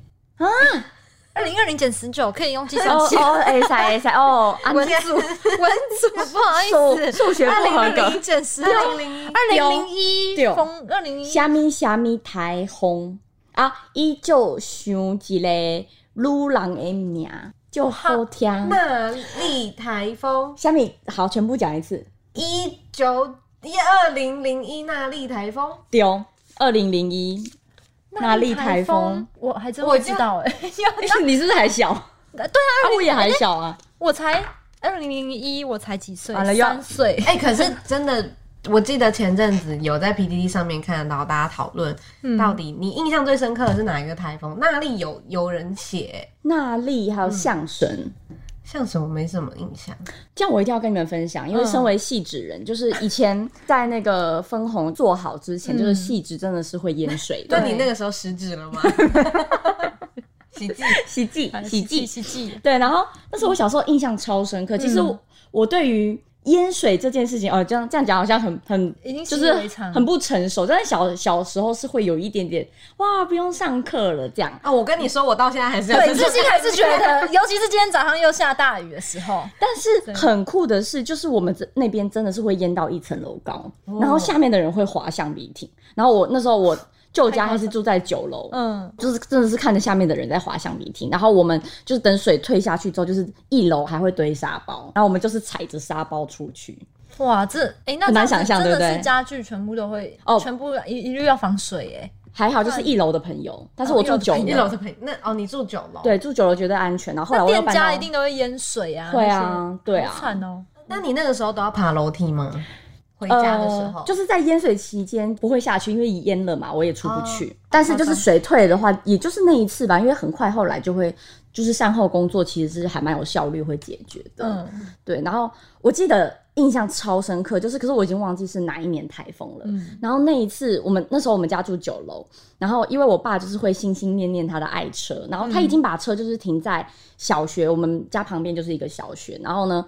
[SPEAKER 3] 二零二零减十九可以用计算
[SPEAKER 1] 哦
[SPEAKER 3] 器。
[SPEAKER 1] 哦，会使会使哦，啊
[SPEAKER 3] 文组，文组，不好意
[SPEAKER 1] 数
[SPEAKER 3] 思，
[SPEAKER 1] 数学不
[SPEAKER 3] 二零
[SPEAKER 1] 合
[SPEAKER 3] 二
[SPEAKER 1] 格
[SPEAKER 3] 零。减十九，
[SPEAKER 2] 二
[SPEAKER 3] 二
[SPEAKER 2] 零零
[SPEAKER 3] 零零一
[SPEAKER 1] 对
[SPEAKER 3] 风，二零一
[SPEAKER 1] 虾米虾米台风啊，伊就想一个女人的名，就好听。
[SPEAKER 2] 那里台风
[SPEAKER 1] 虾米好，全部讲一次。
[SPEAKER 2] 一九一二零零一那莉台风，
[SPEAKER 1] 丢，二零零一，那莉台风，
[SPEAKER 3] 我还真
[SPEAKER 2] 我
[SPEAKER 3] 不知道哎，
[SPEAKER 1] 你是不是还小？ 啊，
[SPEAKER 3] 对啊，
[SPEAKER 1] 我也还小啊。
[SPEAKER 3] 我才二零零一，我才几岁？
[SPEAKER 1] 完了又
[SPEAKER 3] 三岁。
[SPEAKER 2] 哎、可是真的。我记得前阵子有在 PDD 上面看到大家讨论，
[SPEAKER 3] 嗯
[SPEAKER 2] 到底你印象最深刻的是哪一个台风？那莉有有人写，
[SPEAKER 1] 那莉还有象神，
[SPEAKER 2] 像什么没什么印象。
[SPEAKER 1] 嗯这样我一定要跟你们分享，因为
[SPEAKER 3] 嗯
[SPEAKER 1] 身为戏纸 人，就是以前在那个分红做好之前，
[SPEAKER 3] 嗯
[SPEAKER 1] 就是戏纸真的是会淹水
[SPEAKER 2] 那
[SPEAKER 1] 的。
[SPEAKER 2] 你那个时候失职了吗？奇迹，
[SPEAKER 1] 喜剧，喜剧，
[SPEAKER 3] 喜剧，
[SPEAKER 1] 对，然后但是我小时候印象超深刻。其实
[SPEAKER 3] 嗯
[SPEAKER 1] 我我对于淹水这件事情，哦，这样这样讲好像很很
[SPEAKER 3] 已经习
[SPEAKER 1] 就
[SPEAKER 3] 以
[SPEAKER 1] 是
[SPEAKER 3] 为常
[SPEAKER 1] 很不成熟，但是小小时候是会有一点点哇，不用上课了这样。
[SPEAKER 2] 啊！我跟你说，我到现在还是
[SPEAKER 3] 对，至今还是觉 得，尤其是今天早上又下大雨的时候，
[SPEAKER 1] 但是很酷的是，就是我们这那边真的是会淹到一层楼高，
[SPEAKER 3] 哦
[SPEAKER 1] 然后下面的人会滑橡皮艇。然后我那时候我舅家还是住在九楼，
[SPEAKER 3] 嗯，
[SPEAKER 1] 就是真的是看着下面的人在滑橡皮艇，然后我们就是等水退下去之后，就是一楼还会堆沙包，然后我们就是踩着沙包出去。
[SPEAKER 3] 哇，这哎，那
[SPEAKER 1] 很难
[SPEAKER 3] 这样子
[SPEAKER 1] 想象
[SPEAKER 3] 真
[SPEAKER 1] 对
[SPEAKER 3] 的
[SPEAKER 1] 不
[SPEAKER 3] 是
[SPEAKER 1] 对
[SPEAKER 3] 家具全部都会，
[SPEAKER 1] 哦
[SPEAKER 3] 全部一一律要防水哎。
[SPEAKER 1] 还好就是一楼的朋友，但是我住九
[SPEAKER 3] 一
[SPEAKER 2] 哦一楼
[SPEAKER 1] 楼，
[SPEAKER 2] 的朋友，那哦，你住九楼，，
[SPEAKER 1] 对，住九楼觉得安全。然后后来
[SPEAKER 3] 那
[SPEAKER 1] 我又
[SPEAKER 3] 店
[SPEAKER 1] 搬
[SPEAKER 3] 家
[SPEAKER 1] 到
[SPEAKER 3] 一定都会淹水啊，
[SPEAKER 1] 会
[SPEAKER 3] 那
[SPEAKER 1] 啊
[SPEAKER 3] 些，
[SPEAKER 1] 对
[SPEAKER 3] 好
[SPEAKER 1] 啊。
[SPEAKER 3] 惨哦。
[SPEAKER 2] 那你那个时候都要爬楼梯吗？回家的时候，
[SPEAKER 1] 呃就是是在淹水期间不会下去，因为淹了嘛，我也出不去。
[SPEAKER 2] 哦
[SPEAKER 1] 但是就是水退的话，也就是那一次吧，因为很快后来就会，就是善后工作其实是还蛮有效率，会解决的。
[SPEAKER 3] 嗯
[SPEAKER 1] 对，然后我记得印象超深刻，就是可是我已经忘记是哪一年台风了。
[SPEAKER 3] 嗯，
[SPEAKER 1] 然后那一次，我们那时候我们家住九楼，然后因为我爸就是会心心念念他的爱车，然后他已经把车就是停在小学，我们家旁边就是一个小学，然后呢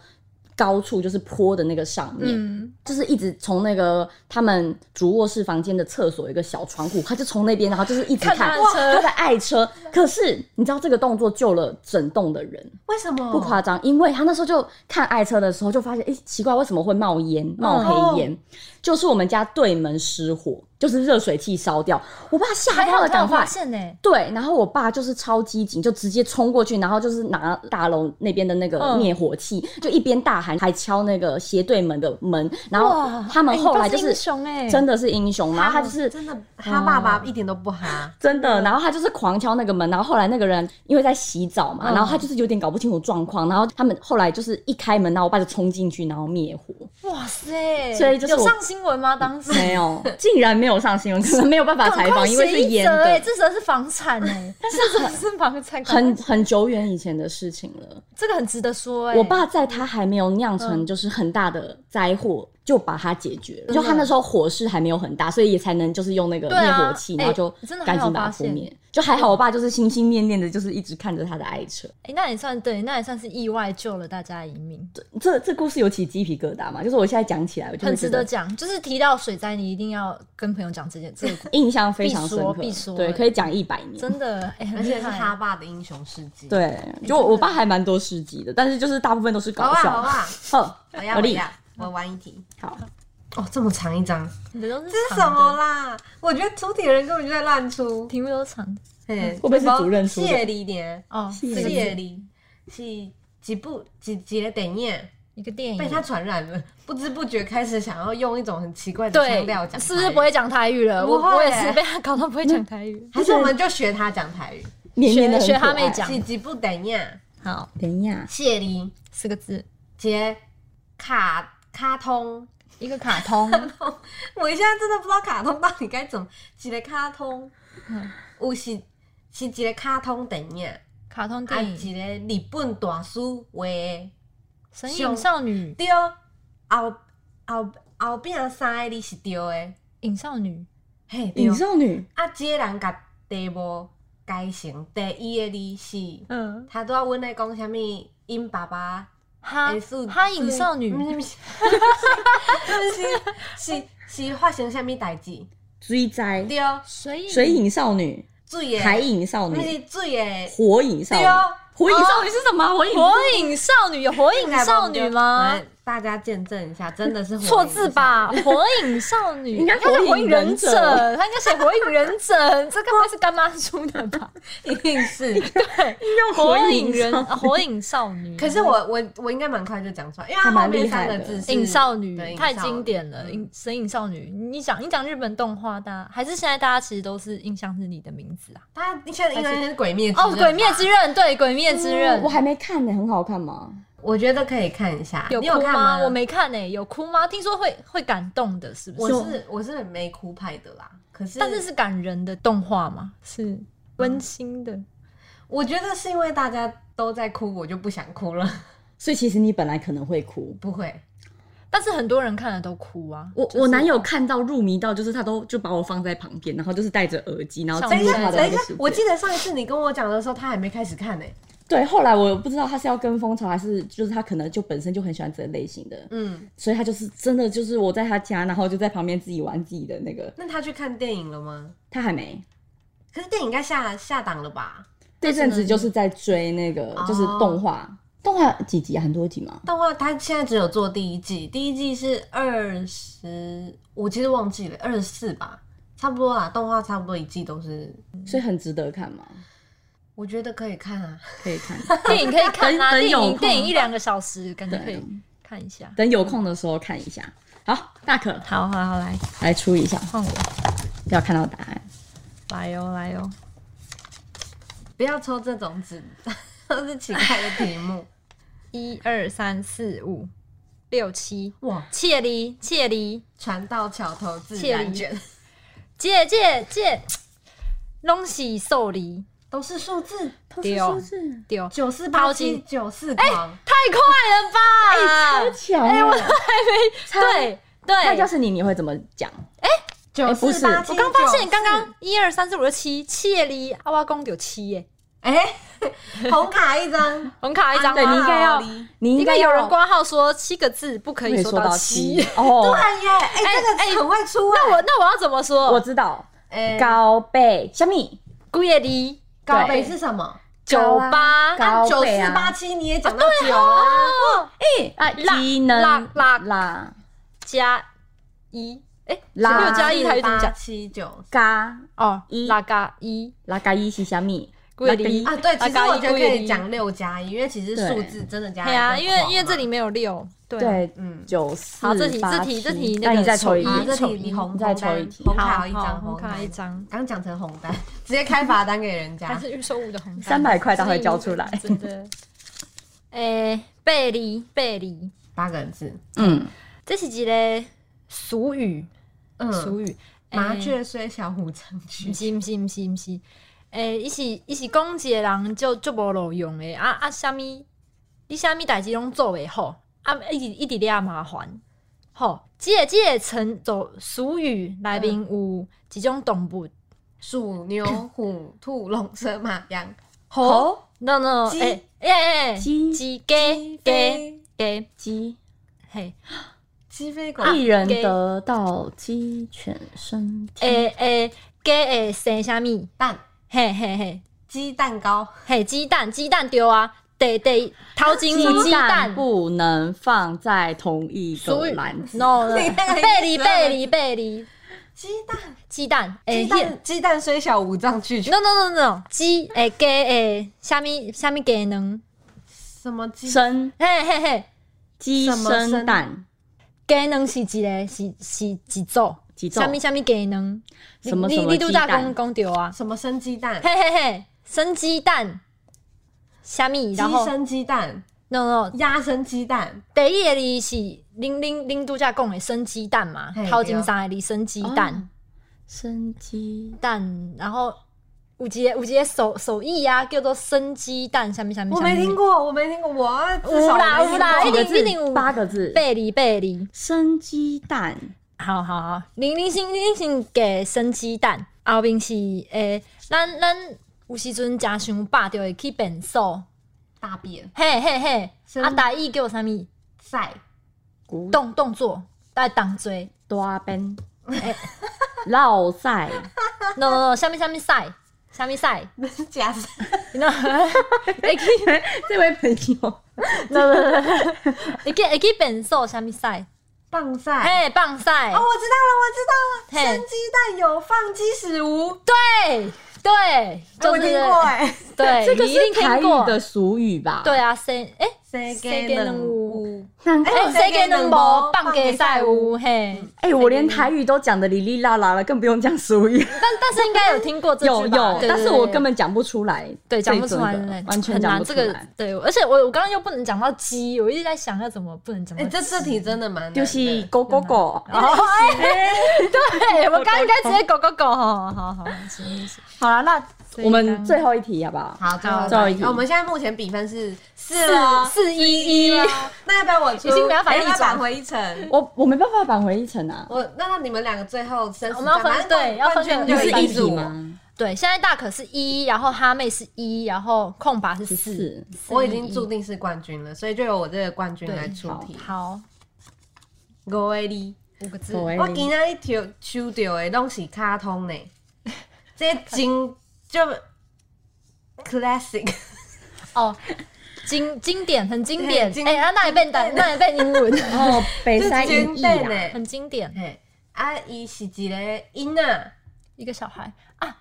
[SPEAKER 1] 高处就是坡的那个上面，
[SPEAKER 3] 嗯，
[SPEAKER 1] 就是一直从那个他们主卧室房间的厕所有一个小窗户，他就从那边，然后就是一直
[SPEAKER 3] 看
[SPEAKER 1] 看
[SPEAKER 3] 他的
[SPEAKER 1] 哇
[SPEAKER 3] 车
[SPEAKER 1] 他的爱车。可是你知道这个动作救了整栋的人，
[SPEAKER 2] 为什么
[SPEAKER 3] 嗯
[SPEAKER 1] 不夸张，因为他那时候就看爱车的时候就发现，哎、奇怪，为什么会冒烟、冒
[SPEAKER 3] 嗯
[SPEAKER 1] 黑
[SPEAKER 3] 哦
[SPEAKER 1] 烟？就是我们家对门失火，就是热水器烧掉，我爸吓
[SPEAKER 3] 还
[SPEAKER 1] 到
[SPEAKER 3] 好
[SPEAKER 1] 了，
[SPEAKER 3] 他
[SPEAKER 1] 赶
[SPEAKER 3] 有发
[SPEAKER 1] 快。
[SPEAKER 3] 现呢。
[SPEAKER 1] 对，然后我爸就是超机警，就直接冲过去，然后就是拿大楼那边的那个
[SPEAKER 3] 嗯
[SPEAKER 1] 灭火器，就一边大喊，还敲那个斜对门的门。然后他们
[SPEAKER 3] 哎你
[SPEAKER 1] 后
[SPEAKER 3] 爸
[SPEAKER 1] 来就是
[SPEAKER 3] 英雄哎，
[SPEAKER 1] 真的是英雄，然后他就是
[SPEAKER 2] 真的，他爸爸一点都不哈，
[SPEAKER 1] 真的，然后他就是狂敲那个门，然后后来那个人因为在洗澡嘛，
[SPEAKER 3] 嗯
[SPEAKER 1] 然后他就是有点搞不清楚状况，然后他们后来就是一开门，然后我爸就冲进去，然后灭火，
[SPEAKER 3] 哇塞，
[SPEAKER 1] 所以就是
[SPEAKER 3] 有
[SPEAKER 1] 我
[SPEAKER 3] 上新闻吗？当时
[SPEAKER 1] 没有， 竟然没有上新闻，可 能没有办法采访，因为是
[SPEAKER 3] 一
[SPEAKER 1] 演
[SPEAKER 3] 折哎，
[SPEAKER 1] 的，
[SPEAKER 3] 这则是房产哎，但是这是房产，
[SPEAKER 1] 很很久远以前的事情了。
[SPEAKER 3] 这个很值得说哎。
[SPEAKER 1] 我爸在他还没有酿成就是很大的灾祸就把它解决了。
[SPEAKER 2] 真的
[SPEAKER 1] 就他那时候火势还没有很大，所以也才能就是用那个
[SPEAKER 3] 对
[SPEAKER 1] 灭
[SPEAKER 3] 啊
[SPEAKER 1] 火器，然后
[SPEAKER 3] 哎
[SPEAKER 1] 就
[SPEAKER 3] 真的
[SPEAKER 1] 赶
[SPEAKER 3] 很好
[SPEAKER 1] 紧把它
[SPEAKER 3] 发
[SPEAKER 1] 扑
[SPEAKER 3] 现
[SPEAKER 1] 灭。就还好，我爸就是心心念念的，就是一直看着他的爱车。
[SPEAKER 3] 哎、那也算对，那也算是意外救了大家一命，
[SPEAKER 1] 这这故事有起鸡皮疙瘩嘛？就是我现在讲起来，我就
[SPEAKER 3] 很
[SPEAKER 1] 会觉
[SPEAKER 3] 值得
[SPEAKER 1] 得
[SPEAKER 3] 讲。就是提到水灾，你一定要跟朋友讲这件这个故
[SPEAKER 1] 印象非常
[SPEAKER 3] 必
[SPEAKER 1] 深
[SPEAKER 3] 说
[SPEAKER 1] 刻，
[SPEAKER 3] 必说
[SPEAKER 1] 对，
[SPEAKER 3] 哎
[SPEAKER 1] 可以讲一百年。
[SPEAKER 3] 真的，哎、很
[SPEAKER 2] 而
[SPEAKER 3] 厉
[SPEAKER 2] 且是
[SPEAKER 3] 害
[SPEAKER 2] 他爸的英雄事迹。，
[SPEAKER 1] 对，就我爸还蛮多事迹的，但是就是大部分都是
[SPEAKER 2] 好
[SPEAKER 1] 搞
[SPEAKER 2] 啊
[SPEAKER 1] 笑
[SPEAKER 2] 好
[SPEAKER 1] 的。
[SPEAKER 2] 啊，
[SPEAKER 1] 哦，
[SPEAKER 2] 我要
[SPEAKER 1] 我
[SPEAKER 2] 我
[SPEAKER 1] 立
[SPEAKER 2] 要，我玩一题。
[SPEAKER 1] 好，
[SPEAKER 2] 哦，这么长一张，
[SPEAKER 3] 你的都是
[SPEAKER 2] 这是
[SPEAKER 3] 长
[SPEAKER 2] 什么啊
[SPEAKER 3] 的？
[SPEAKER 2] 啦？我觉得出题的人根本就在乱出。
[SPEAKER 3] 题目都长的
[SPEAKER 2] 会
[SPEAKER 1] 不会是主任出的
[SPEAKER 2] 谢礼年，
[SPEAKER 3] 哦，
[SPEAKER 1] 谢
[SPEAKER 3] 这个
[SPEAKER 2] 谢
[SPEAKER 3] 是
[SPEAKER 2] 礼是几部几几个电影
[SPEAKER 3] 一个电影
[SPEAKER 2] 被他传染了，不知不觉开始想要用一种很奇怪的腔
[SPEAKER 3] 对
[SPEAKER 2] 调讲，
[SPEAKER 3] 是不是不？会讲台语了？
[SPEAKER 2] 不
[SPEAKER 3] 我
[SPEAKER 2] 会
[SPEAKER 3] 我也是被他搞到不会讲台语。
[SPEAKER 2] 还是我们就学他讲台语？
[SPEAKER 1] 年年的
[SPEAKER 3] 学学他妹讲
[SPEAKER 2] 是几部电影
[SPEAKER 3] 好，
[SPEAKER 1] 等一下，
[SPEAKER 2] 谢礼
[SPEAKER 3] 四个字，
[SPEAKER 2] 节卡卡通。
[SPEAKER 3] 一个卡通，
[SPEAKER 2] 我现在真的不知道卡通到底该怎么几个卡通
[SPEAKER 3] 嗯，
[SPEAKER 2] 有是是一个卡通电影，
[SPEAKER 3] 卡通
[SPEAKER 2] 啊
[SPEAKER 3] 电影《
[SPEAKER 2] 一个日本大师画的，
[SPEAKER 3] 神隐少女》
[SPEAKER 2] 对，哦后后后边三个字是对的，
[SPEAKER 3] 隐少女
[SPEAKER 2] 嘿对
[SPEAKER 3] 哎
[SPEAKER 1] 影，少女，
[SPEAKER 2] 啊，这个人甲题目改成第一个字是，》。
[SPEAKER 3] 嗯，
[SPEAKER 2] 他拄仔阮咧讲啥物，因爸爸
[SPEAKER 3] 哈
[SPEAKER 2] 的事，
[SPEAKER 3] 哈隐啊少 女，
[SPEAKER 2] 不是不嗯是是是是发生啥物代志，
[SPEAKER 1] 追灾，
[SPEAKER 2] 对，哦
[SPEAKER 3] 水影
[SPEAKER 1] 水影少女，
[SPEAKER 2] 水的
[SPEAKER 1] 海影少
[SPEAKER 2] 那
[SPEAKER 1] 女，
[SPEAKER 2] 是水的
[SPEAKER 1] 火影少
[SPEAKER 2] 对哦
[SPEAKER 1] 女，火影少女是什么啊？火影
[SPEAKER 3] 火影少女有火影少女吗？？
[SPEAKER 2] 大家见证一下，真的是火影
[SPEAKER 3] 错字吧，
[SPEAKER 2] 少女？
[SPEAKER 3] 火影少女
[SPEAKER 1] 应该
[SPEAKER 3] 他写
[SPEAKER 1] 火影忍者
[SPEAKER 3] 者，他应该写火影忍者，这该不会是干妈出的吧？
[SPEAKER 2] 一定是。
[SPEAKER 3] 火影
[SPEAKER 1] 少
[SPEAKER 3] 忍，啊火影少女，
[SPEAKER 2] 可是我我我应该蛮快就讲出来，因为它
[SPEAKER 1] 还蛮
[SPEAKER 2] 后面
[SPEAKER 1] 厉害
[SPEAKER 2] 三
[SPEAKER 1] 的
[SPEAKER 2] 个字是
[SPEAKER 3] 影少
[SPEAKER 2] 对
[SPEAKER 3] 女
[SPEAKER 2] 影
[SPEAKER 3] 太
[SPEAKER 2] 少女嗯
[SPEAKER 3] 经典了，影神影少女，你讲你讲日本动画，大家还是现在大家其实都是印象是你的名字啊？
[SPEAKER 2] 它现在应该是鬼灭之刃
[SPEAKER 3] 哦，《鬼灭之刃》对，《鬼灭之刃
[SPEAKER 1] 嗯我》还没看呢，很好看吗？
[SPEAKER 2] 我觉得可以看一下。
[SPEAKER 3] 有
[SPEAKER 2] 你有
[SPEAKER 3] 哭
[SPEAKER 2] 看吗？
[SPEAKER 3] 我。没看诶，有哭吗？听说会会感动的，是不
[SPEAKER 2] 我
[SPEAKER 3] 是？
[SPEAKER 2] 是我是没哭派的啦，可是
[SPEAKER 3] 但是是感人的动画嘛，是温馨的。
[SPEAKER 2] 我觉得是因为大家都在哭，我就不想哭了。
[SPEAKER 1] 所以其实你本来可能会哭。
[SPEAKER 2] 不会，
[SPEAKER 3] 但是很多人看了都哭啊。
[SPEAKER 1] 我
[SPEAKER 3] 就是
[SPEAKER 1] 我男友看到入迷到，就是他都就把我放在旁边，然后就是戴着耳机，然后
[SPEAKER 3] 像
[SPEAKER 1] 进
[SPEAKER 2] 等一
[SPEAKER 1] 入
[SPEAKER 2] 下
[SPEAKER 1] 他的
[SPEAKER 2] 等
[SPEAKER 1] 那
[SPEAKER 2] 一
[SPEAKER 1] 个
[SPEAKER 2] 下
[SPEAKER 1] 世，
[SPEAKER 2] 我
[SPEAKER 1] 界
[SPEAKER 2] 记。得上一次你跟我讲的时候，他还没开始看呢、
[SPEAKER 1] 对，后来我不知道他是要跟风潮，还是就是他可能就本身就很喜欢这类型的，
[SPEAKER 2] 嗯，
[SPEAKER 1] 所以他就是真的就是我在他家，然后就在旁边自己玩自己的那个，
[SPEAKER 2] 那他去看电影了吗？
[SPEAKER 1] 他还没。
[SPEAKER 2] 可是电影应该下下档了吧？
[SPEAKER 1] 这阵子就是在追那个
[SPEAKER 2] 哦
[SPEAKER 1] 就是动画，动画几集啊？很多集嘛。
[SPEAKER 2] 动画它现在只有做第一季，第一季是二十，我其实忘记了，二十四吧，差不多啦。动画差不多一季都是，
[SPEAKER 1] 所以很值得看嘛，
[SPEAKER 2] 我觉得可以看啊。
[SPEAKER 1] 可以看。
[SPEAKER 3] 电影可以看啊，
[SPEAKER 1] 等等
[SPEAKER 3] 电
[SPEAKER 1] 有
[SPEAKER 3] 影
[SPEAKER 1] 空
[SPEAKER 3] 电影一两个小时，感觉可以
[SPEAKER 1] 对
[SPEAKER 3] 看一下。
[SPEAKER 1] 等有空的时候看一下。好，大可
[SPEAKER 3] 好好好，来
[SPEAKER 1] 来出一下，
[SPEAKER 3] 换我，
[SPEAKER 1] 不要看到答
[SPEAKER 2] 啊
[SPEAKER 1] 案。
[SPEAKER 3] 来哦来哦。
[SPEAKER 2] 不要抽这种纸，都是奇怪的题 目。
[SPEAKER 3] 一二三四五六七，
[SPEAKER 2] 哇，
[SPEAKER 3] 切离切离
[SPEAKER 2] 船到桥头自然卷，
[SPEAKER 3] 借借借，拢是受离
[SPEAKER 2] 都是数字，
[SPEAKER 1] 同
[SPEAKER 3] 是数
[SPEAKER 1] 字
[SPEAKER 3] 丢，
[SPEAKER 2] 九四
[SPEAKER 3] 淘
[SPEAKER 2] 八
[SPEAKER 3] 金
[SPEAKER 2] 七九四
[SPEAKER 3] 哎
[SPEAKER 2] 狂。
[SPEAKER 3] 太快了吧！
[SPEAKER 1] 哎巧
[SPEAKER 2] 哎
[SPEAKER 1] 哦，
[SPEAKER 3] 对
[SPEAKER 1] 那要
[SPEAKER 3] 对，哦
[SPEAKER 1] 是你，你会怎么讲？
[SPEAKER 2] 九
[SPEAKER 1] 不
[SPEAKER 2] 四
[SPEAKER 1] 是
[SPEAKER 2] 八七，
[SPEAKER 1] 我
[SPEAKER 3] 哎我刚发现刚刚一二三四五六七，切离阿瓦公有七耶，
[SPEAKER 2] 哎， 红卡 一张，
[SPEAKER 3] 红卡一张
[SPEAKER 1] 对啊你应
[SPEAKER 3] 吗？
[SPEAKER 1] 该要
[SPEAKER 2] 好离，
[SPEAKER 1] 你应
[SPEAKER 3] 因为
[SPEAKER 1] 该
[SPEAKER 3] 有
[SPEAKER 1] 要
[SPEAKER 3] 人挂号说七个字不可
[SPEAKER 1] 可
[SPEAKER 3] 以
[SPEAKER 1] 以
[SPEAKER 3] 说
[SPEAKER 1] 说
[SPEAKER 3] 到
[SPEAKER 1] 到
[SPEAKER 3] 七
[SPEAKER 1] 七。 哦。
[SPEAKER 2] 哎耶，哎，
[SPEAKER 3] 哎
[SPEAKER 2] 这个很会出
[SPEAKER 3] 那
[SPEAKER 2] 啊。
[SPEAKER 3] 我那我要怎么
[SPEAKER 1] 我
[SPEAKER 3] 说？
[SPEAKER 1] 知道，
[SPEAKER 2] 哎
[SPEAKER 1] 高倍小米
[SPEAKER 3] 姑爷离
[SPEAKER 2] 高
[SPEAKER 1] 对
[SPEAKER 2] 北是什么？
[SPEAKER 3] 九八
[SPEAKER 1] 高
[SPEAKER 2] 九
[SPEAKER 1] 倍
[SPEAKER 2] 四
[SPEAKER 1] 啊
[SPEAKER 2] 八七你也讲到九啊，
[SPEAKER 3] 哦
[SPEAKER 1] 啊，
[SPEAKER 3] 辣
[SPEAKER 1] 机能
[SPEAKER 3] 辣辣
[SPEAKER 1] 啦
[SPEAKER 3] 加一，哎，
[SPEAKER 1] 拉
[SPEAKER 3] 六加一台语怎么
[SPEAKER 2] 八
[SPEAKER 3] 讲？
[SPEAKER 2] 七九
[SPEAKER 1] 嘎
[SPEAKER 3] 哦，
[SPEAKER 1] 一
[SPEAKER 3] 拉嘎一，
[SPEAKER 1] 拉嘎伊是小米，
[SPEAKER 3] 姑爷离
[SPEAKER 2] 啊，对，其实
[SPEAKER 3] 嘎
[SPEAKER 2] 我
[SPEAKER 3] 一
[SPEAKER 2] 觉得
[SPEAKER 3] 姑
[SPEAKER 2] 可
[SPEAKER 3] 爷
[SPEAKER 2] 以
[SPEAKER 3] 离
[SPEAKER 2] 讲六加一，因为其实
[SPEAKER 1] 对
[SPEAKER 2] 数字真的加一
[SPEAKER 3] 对啊，
[SPEAKER 2] 更
[SPEAKER 3] 因为
[SPEAKER 2] 狂
[SPEAKER 3] 因为这
[SPEAKER 2] 嘛
[SPEAKER 3] 里没有六，对啊，
[SPEAKER 1] 对，
[SPEAKER 2] 嗯
[SPEAKER 1] 九四
[SPEAKER 3] 好这题
[SPEAKER 1] 八
[SPEAKER 3] 这题这题那
[SPEAKER 1] 那
[SPEAKER 3] 个
[SPEAKER 1] 你再抽一
[SPEAKER 3] 手
[SPEAKER 2] 啊，
[SPEAKER 3] 艺
[SPEAKER 1] 题，
[SPEAKER 2] 这
[SPEAKER 3] 抽
[SPEAKER 2] 题你
[SPEAKER 3] 一
[SPEAKER 2] 红
[SPEAKER 1] 你再
[SPEAKER 2] 红
[SPEAKER 1] 抽
[SPEAKER 2] 单
[SPEAKER 1] 一题
[SPEAKER 2] 红
[SPEAKER 3] 好
[SPEAKER 2] 卡一
[SPEAKER 3] 好
[SPEAKER 2] 张，
[SPEAKER 3] 红卡
[SPEAKER 2] 单
[SPEAKER 3] 一张
[SPEAKER 2] 刚讲成红单，直接开罚单给人
[SPEAKER 3] 还
[SPEAKER 2] 家。
[SPEAKER 3] 是预售物的红单
[SPEAKER 1] 300块他会交出来
[SPEAKER 3] 真的。 诶，贝离贝离，
[SPEAKER 2] 八个字，
[SPEAKER 1] 嗯，
[SPEAKER 3] 这是一个俗语，
[SPEAKER 2] 嗯，
[SPEAKER 3] 俗语，
[SPEAKER 2] 麻
[SPEAKER 3] 诶
[SPEAKER 2] 雀虽小，五常
[SPEAKER 3] 毋
[SPEAKER 2] 去。
[SPEAKER 3] 是毋是毋是毋是，诶，伊是伊是讲一个人就就无路用诶，啊啊，啥物，你啥物代志拢做袂好，啊，一直一直咧麻烦，吼，借借成走俗语内面有一种动物，
[SPEAKER 2] 鼠、牛、虎、兔、龙、蛇、马、羊、
[SPEAKER 3] 吼，no no，
[SPEAKER 1] 鸡
[SPEAKER 3] 哎哎哎，
[SPEAKER 1] 鸡
[SPEAKER 3] 鸡鸡鸡
[SPEAKER 2] 飞
[SPEAKER 3] 鸡，
[SPEAKER 1] 鸡，
[SPEAKER 3] 嘿，
[SPEAKER 2] 鸡飞狗
[SPEAKER 3] 啊
[SPEAKER 1] 一人
[SPEAKER 3] 给
[SPEAKER 1] 得道，鸡犬升天。
[SPEAKER 3] 诶诶，鸡会生啥物？
[SPEAKER 2] 蛋、
[SPEAKER 3] 嘿嘿嘿，
[SPEAKER 2] 鸡蛋糕、
[SPEAKER 3] 嘿，鸡蛋鸡蛋丢啊，得得，头前有鸡蛋
[SPEAKER 1] 蛋。不能放在同一
[SPEAKER 3] 俗
[SPEAKER 1] 个
[SPEAKER 3] 语
[SPEAKER 1] 篮子。
[SPEAKER 3] no 了，
[SPEAKER 2] 你那个意思
[SPEAKER 3] 贝里贝里贝里，
[SPEAKER 2] 鸡蛋、
[SPEAKER 3] 鸡蛋，诶
[SPEAKER 2] 鸡蛋、鸡蛋虽小，五脏俱全。
[SPEAKER 3] ，no no no no，鸡诶鸡诶，虾米虾米鸡能，
[SPEAKER 2] 什么鸡？
[SPEAKER 1] 生
[SPEAKER 3] 嘿嘿嘿，
[SPEAKER 1] 鸡
[SPEAKER 2] 什么
[SPEAKER 1] 生
[SPEAKER 2] 生
[SPEAKER 1] 蛋，
[SPEAKER 3] 鸡能是一个是是一组，
[SPEAKER 1] 几种
[SPEAKER 3] 虾？米虾米鸡能，你
[SPEAKER 1] 什么什
[SPEAKER 3] 你
[SPEAKER 1] 么
[SPEAKER 3] 你拄则
[SPEAKER 1] 鸡蛋
[SPEAKER 3] 讲讲着啊，
[SPEAKER 2] 什么生鸡蛋？
[SPEAKER 3] 嘿嘿嘿，生鸡蛋，虾米，
[SPEAKER 2] 鸡
[SPEAKER 3] 然后
[SPEAKER 2] 生鸡蛋，
[SPEAKER 3] no no，
[SPEAKER 2] 鸭生鸡蛋，
[SPEAKER 3] 第一个字是恁恁恁拄则讲的生鸡蛋嘛
[SPEAKER 2] 嘿，
[SPEAKER 3] 头前三个字生鸡蛋。
[SPEAKER 1] 哦生鸡
[SPEAKER 3] 蛋，然后有一个有一个手手艺啊，叫做生鸡蛋，什么什么。
[SPEAKER 2] 我没
[SPEAKER 3] 什么
[SPEAKER 2] 听。过，我没听过，我至
[SPEAKER 3] 有
[SPEAKER 2] 少
[SPEAKER 3] 啦
[SPEAKER 2] 我没
[SPEAKER 3] 有啦，
[SPEAKER 2] 听
[SPEAKER 3] 一
[SPEAKER 2] 过
[SPEAKER 3] 零一零五
[SPEAKER 1] 八个字，
[SPEAKER 3] 贝里贝里，
[SPEAKER 1] 生鸡蛋，
[SPEAKER 3] 好好好，零零星零零星给生鸡蛋，后面是诶、咱咱有时阵食伤饱就会去便所，
[SPEAKER 2] 大便
[SPEAKER 3] 嘿嘿嘿，
[SPEAKER 2] 生
[SPEAKER 3] 啊大意叫啥物
[SPEAKER 2] 晒
[SPEAKER 1] 古
[SPEAKER 3] 动动作，来 动作 n
[SPEAKER 1] 大边
[SPEAKER 3] 哎，
[SPEAKER 1] 绕 赛
[SPEAKER 3] no no no，啥物啥物赛，啥物赛，
[SPEAKER 2] 那是 假赛，
[SPEAKER 3] 那会去
[SPEAKER 1] 这位朋 友，
[SPEAKER 3] 会去会去便所，啥物赛，
[SPEAKER 2] 棒赛。
[SPEAKER 3] 嘿棒赛
[SPEAKER 2] 哦，，我知道了，我知道
[SPEAKER 3] 嘿
[SPEAKER 2] 了，生鸡蛋有放鸡屎无？
[SPEAKER 3] 对对，
[SPEAKER 2] 哎
[SPEAKER 3] 就
[SPEAKER 2] 我
[SPEAKER 3] 是
[SPEAKER 2] 听过哎，
[SPEAKER 3] 对，
[SPEAKER 1] 这个
[SPEAKER 3] 你
[SPEAKER 1] 是
[SPEAKER 3] 一定
[SPEAKER 1] 台
[SPEAKER 3] 听
[SPEAKER 1] 语的
[SPEAKER 3] 过。
[SPEAKER 1] 俗语吧？
[SPEAKER 3] 对，啊，谁哎
[SPEAKER 2] 谁
[SPEAKER 3] 谁给能
[SPEAKER 2] 有？
[SPEAKER 1] 难
[SPEAKER 2] 哎
[SPEAKER 1] 怪
[SPEAKER 3] 哎，谁给能无
[SPEAKER 2] 放
[SPEAKER 3] 放
[SPEAKER 2] 给
[SPEAKER 3] 给
[SPEAKER 2] 赛
[SPEAKER 3] 赛
[SPEAKER 2] 乌
[SPEAKER 3] 乌嘿？
[SPEAKER 1] 哎，我连台语都讲的哩哩啦啦了，更不用讲俗 语。
[SPEAKER 3] 但但是应该有听过这
[SPEAKER 1] 有
[SPEAKER 3] 句吧？
[SPEAKER 1] 有，
[SPEAKER 3] 对
[SPEAKER 1] 但是我根
[SPEAKER 3] 对
[SPEAKER 1] 本讲不出来这
[SPEAKER 3] 对
[SPEAKER 1] 个的，
[SPEAKER 3] 讲不出来，
[SPEAKER 1] 完全
[SPEAKER 3] 很
[SPEAKER 1] 讲
[SPEAKER 3] 难。
[SPEAKER 1] 不
[SPEAKER 3] 这
[SPEAKER 1] 出
[SPEAKER 3] 个
[SPEAKER 1] 来。
[SPEAKER 3] 对，而且我我刚刚又不能讲到鸡，我一直在想要怎么不能讲
[SPEAKER 2] 哎，
[SPEAKER 3] 到鸡。
[SPEAKER 2] 这这题真的蛮难的
[SPEAKER 1] 就是 狗狗狗，
[SPEAKER 3] 哦，哎，对我刚刚应该直接狗狗狗，好好好，行行行
[SPEAKER 1] 好了，那
[SPEAKER 3] 所以
[SPEAKER 1] 我
[SPEAKER 3] 刚
[SPEAKER 1] 们最后一题好不好？
[SPEAKER 2] 好，最后
[SPEAKER 1] 最后一题
[SPEAKER 2] 哦我们现在目前比分是四了，
[SPEAKER 3] 四啊一一
[SPEAKER 2] 了。那要不要我出？
[SPEAKER 3] 已经没办法
[SPEAKER 2] 哎要不要
[SPEAKER 3] 逆转
[SPEAKER 2] 返回一层？
[SPEAKER 1] 我我没办法返回一层啊，
[SPEAKER 2] 我那那你们两个最后生死
[SPEAKER 3] 我们要
[SPEAKER 2] 战
[SPEAKER 3] 分
[SPEAKER 2] 反正
[SPEAKER 3] 对要分
[SPEAKER 2] 冠军
[SPEAKER 3] 成
[SPEAKER 1] 你
[SPEAKER 2] 就是
[SPEAKER 3] 三
[SPEAKER 1] 一
[SPEAKER 2] 一
[SPEAKER 1] 题
[SPEAKER 2] 组？
[SPEAKER 1] 吗？
[SPEAKER 3] 对，现在大可是一，然后哈妹是一，然后空白是四
[SPEAKER 1] 是，
[SPEAKER 3] 四
[SPEAKER 2] 我已经
[SPEAKER 3] 一
[SPEAKER 2] 注定是冠军了，所以就由我这个冠军
[SPEAKER 3] 对
[SPEAKER 2] 来出题。
[SPEAKER 3] 好
[SPEAKER 2] 五个字，
[SPEAKER 3] 五个字，
[SPEAKER 1] 五个
[SPEAKER 2] 我今仔日抽抽到的拢是卡通 呢，这真就 classic。
[SPEAKER 3] 哦， 经经典，很经典
[SPEAKER 2] 嘿。经
[SPEAKER 3] 哎，啊，那也变单，那也变英文，
[SPEAKER 1] 哦，北
[SPEAKER 2] 这
[SPEAKER 1] 山
[SPEAKER 2] 真
[SPEAKER 1] 一
[SPEAKER 2] 的
[SPEAKER 1] 啦，
[SPEAKER 2] 呢。
[SPEAKER 3] 很经典。
[SPEAKER 2] 嘿，啊，伊是一个囡仔，
[SPEAKER 3] 一个小孩啊，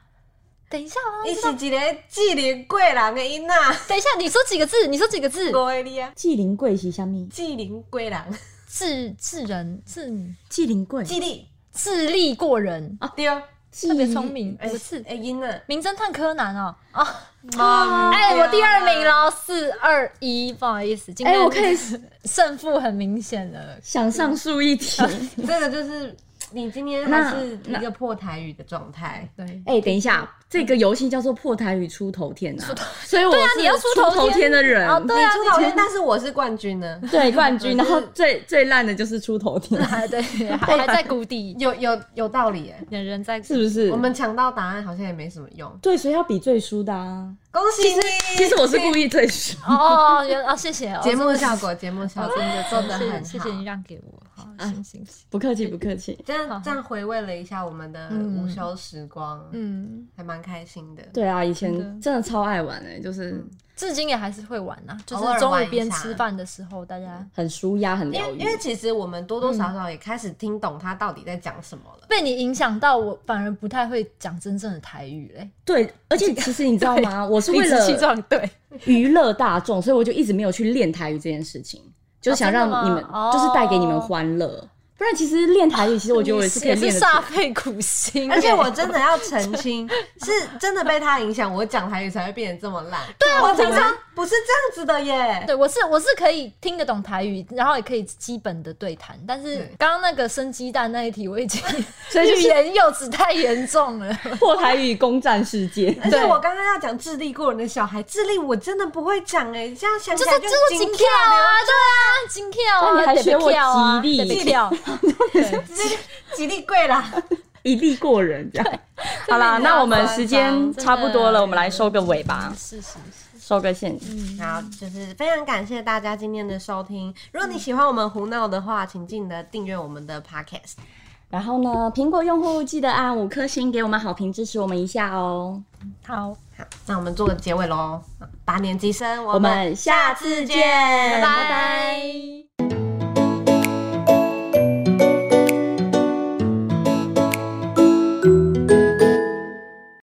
[SPEAKER 3] 等一下啊，
[SPEAKER 2] 伊是一个智力过人的囡仔，
[SPEAKER 3] 等一下，你说几个字？你说几个字？
[SPEAKER 2] 五个字啊，
[SPEAKER 1] 纪灵贵是虾米？
[SPEAKER 2] 智力过人，
[SPEAKER 3] 智智人智
[SPEAKER 1] 纪灵贵，
[SPEAKER 2] 智力
[SPEAKER 3] 智力过人，啊
[SPEAKER 2] 对，
[SPEAKER 1] 特
[SPEAKER 3] 特别聪。明，哦
[SPEAKER 2] 哎
[SPEAKER 3] 五个字。
[SPEAKER 2] 诶，囡仔，
[SPEAKER 3] 名侦探柯南哦，哦，
[SPEAKER 2] 妈咪
[SPEAKER 3] 哎，我第二名喽，四二一，不好意思，今
[SPEAKER 1] 哎，
[SPEAKER 3] 天
[SPEAKER 1] 我可以
[SPEAKER 3] 胜负很明显了。
[SPEAKER 1] 想上述一题。
[SPEAKER 2] 这个就是你今天还是一个破台语的状态。
[SPEAKER 3] 对，
[SPEAKER 1] 哎，等一下，这个游戏叫做破台语出头天啊，所以我
[SPEAKER 3] 对啊
[SPEAKER 1] 是
[SPEAKER 3] 你要
[SPEAKER 1] 出
[SPEAKER 3] 出头
[SPEAKER 1] 头
[SPEAKER 3] 天
[SPEAKER 1] 天的人，
[SPEAKER 3] 哦，对啊，
[SPEAKER 2] 出头天，但是我是冠军呢。
[SPEAKER 1] 对冠军，
[SPEAKER 2] 我
[SPEAKER 1] 然
[SPEAKER 2] 是
[SPEAKER 1] 后最最烂的就是出头天，
[SPEAKER 3] 还 对，还还在谷底，
[SPEAKER 2] 有有有道理哎，
[SPEAKER 3] 有人在
[SPEAKER 1] 是不是？
[SPEAKER 2] 我们抢到答案好像也没什么用。
[SPEAKER 1] 对，所以要比最输的啊。
[SPEAKER 2] 恭喜你！
[SPEAKER 1] 其实我是故意最输，
[SPEAKER 3] 哦，原哦，谢谢哦，
[SPEAKER 2] 节目效果，节目效果真的做的
[SPEAKER 3] 谢
[SPEAKER 2] 很好。嗯
[SPEAKER 3] 谢谢你让给我，好，行行行，
[SPEAKER 1] 不客气不客气。
[SPEAKER 2] 这
[SPEAKER 3] 好
[SPEAKER 2] 样
[SPEAKER 3] 好
[SPEAKER 2] 这样回味了一下我们的
[SPEAKER 3] 嗯
[SPEAKER 2] 午休时光，
[SPEAKER 3] 嗯，
[SPEAKER 2] 还蛮开心的。
[SPEAKER 1] 对啊，以前
[SPEAKER 3] 真的
[SPEAKER 1] 真的超爱玩哎、就是
[SPEAKER 3] 至今也还是会玩呐，就
[SPEAKER 2] 偶尔
[SPEAKER 3] 是中
[SPEAKER 2] 玩
[SPEAKER 3] 午
[SPEAKER 2] 一
[SPEAKER 3] 边
[SPEAKER 2] 下嗯
[SPEAKER 3] 吃饭的时候，大家
[SPEAKER 1] 很舒压，很
[SPEAKER 2] 因
[SPEAKER 1] 疗
[SPEAKER 2] 为
[SPEAKER 1] 愈
[SPEAKER 2] 因。为其实我们多多少
[SPEAKER 3] 嗯
[SPEAKER 2] 少也开始听懂他到底在讲什么了。
[SPEAKER 3] 被你影响到，我反而不太会讲真正的台语嘞，
[SPEAKER 1] 对，而且其实你知道吗？我是为了
[SPEAKER 3] 壮，对，
[SPEAKER 1] 娱乐大众，所以我就一直没有去练台语这件事情，就是想让
[SPEAKER 3] 真的吗
[SPEAKER 1] 你们，
[SPEAKER 3] 哦
[SPEAKER 1] 就是带给你们欢乐。不然其实练台语，其实我觉得我也是 可以
[SPEAKER 3] 也
[SPEAKER 1] 练
[SPEAKER 3] 是
[SPEAKER 1] 的。
[SPEAKER 3] 煞费苦心欸，
[SPEAKER 2] 而且我真的要澄 清，是真的被他影响，我讲台语才会变得这么烂。对
[SPEAKER 3] 啊
[SPEAKER 2] 我
[SPEAKER 3] 我
[SPEAKER 2] 平
[SPEAKER 3] 们
[SPEAKER 2] 常不是这样子的耶。
[SPEAKER 3] 对我是我是可以听得懂台语，然后也可以基本的对谈，但是
[SPEAKER 2] 对
[SPEAKER 3] 刚刚那个生鸡蛋那一题，我 已经
[SPEAKER 1] 所以就是
[SPEAKER 3] 言幼稚太严重了，
[SPEAKER 1] 破台语攻占世界。
[SPEAKER 2] 而且
[SPEAKER 3] 对
[SPEAKER 2] 我刚刚要讲智力过人的小孩，智力我真的不会讲哎，这样想起
[SPEAKER 3] 就是
[SPEAKER 2] 来
[SPEAKER 3] 就是
[SPEAKER 2] 惊
[SPEAKER 3] 金跳啊，对啊，金跳
[SPEAKER 1] 那
[SPEAKER 3] 啊，
[SPEAKER 1] 你还学我
[SPEAKER 3] 得被跳啊
[SPEAKER 1] 吉利
[SPEAKER 3] 得被跳，对
[SPEAKER 2] 吉利贵啦，
[SPEAKER 1] 一力过人这样。好啦，
[SPEAKER 2] 真的
[SPEAKER 1] 那我们时间
[SPEAKER 2] 真
[SPEAKER 1] 差不多
[SPEAKER 3] 真的
[SPEAKER 1] 了，我们来收个尾吧，
[SPEAKER 3] 是是是，
[SPEAKER 1] 收个线。
[SPEAKER 2] 然后就是非常感谢大家今天的收听。如
[SPEAKER 1] 嗯
[SPEAKER 2] 果你喜欢我们胡闹的话，请记得订阅我们的 podcast。
[SPEAKER 1] 然后呢，苹果用户记得按五颗星给我们好评，支持我们一下哦。
[SPEAKER 3] 好，
[SPEAKER 2] 好，那我们做个结尾喽。八年级生，
[SPEAKER 1] 我们下次见，
[SPEAKER 2] 拜
[SPEAKER 3] 拜拜。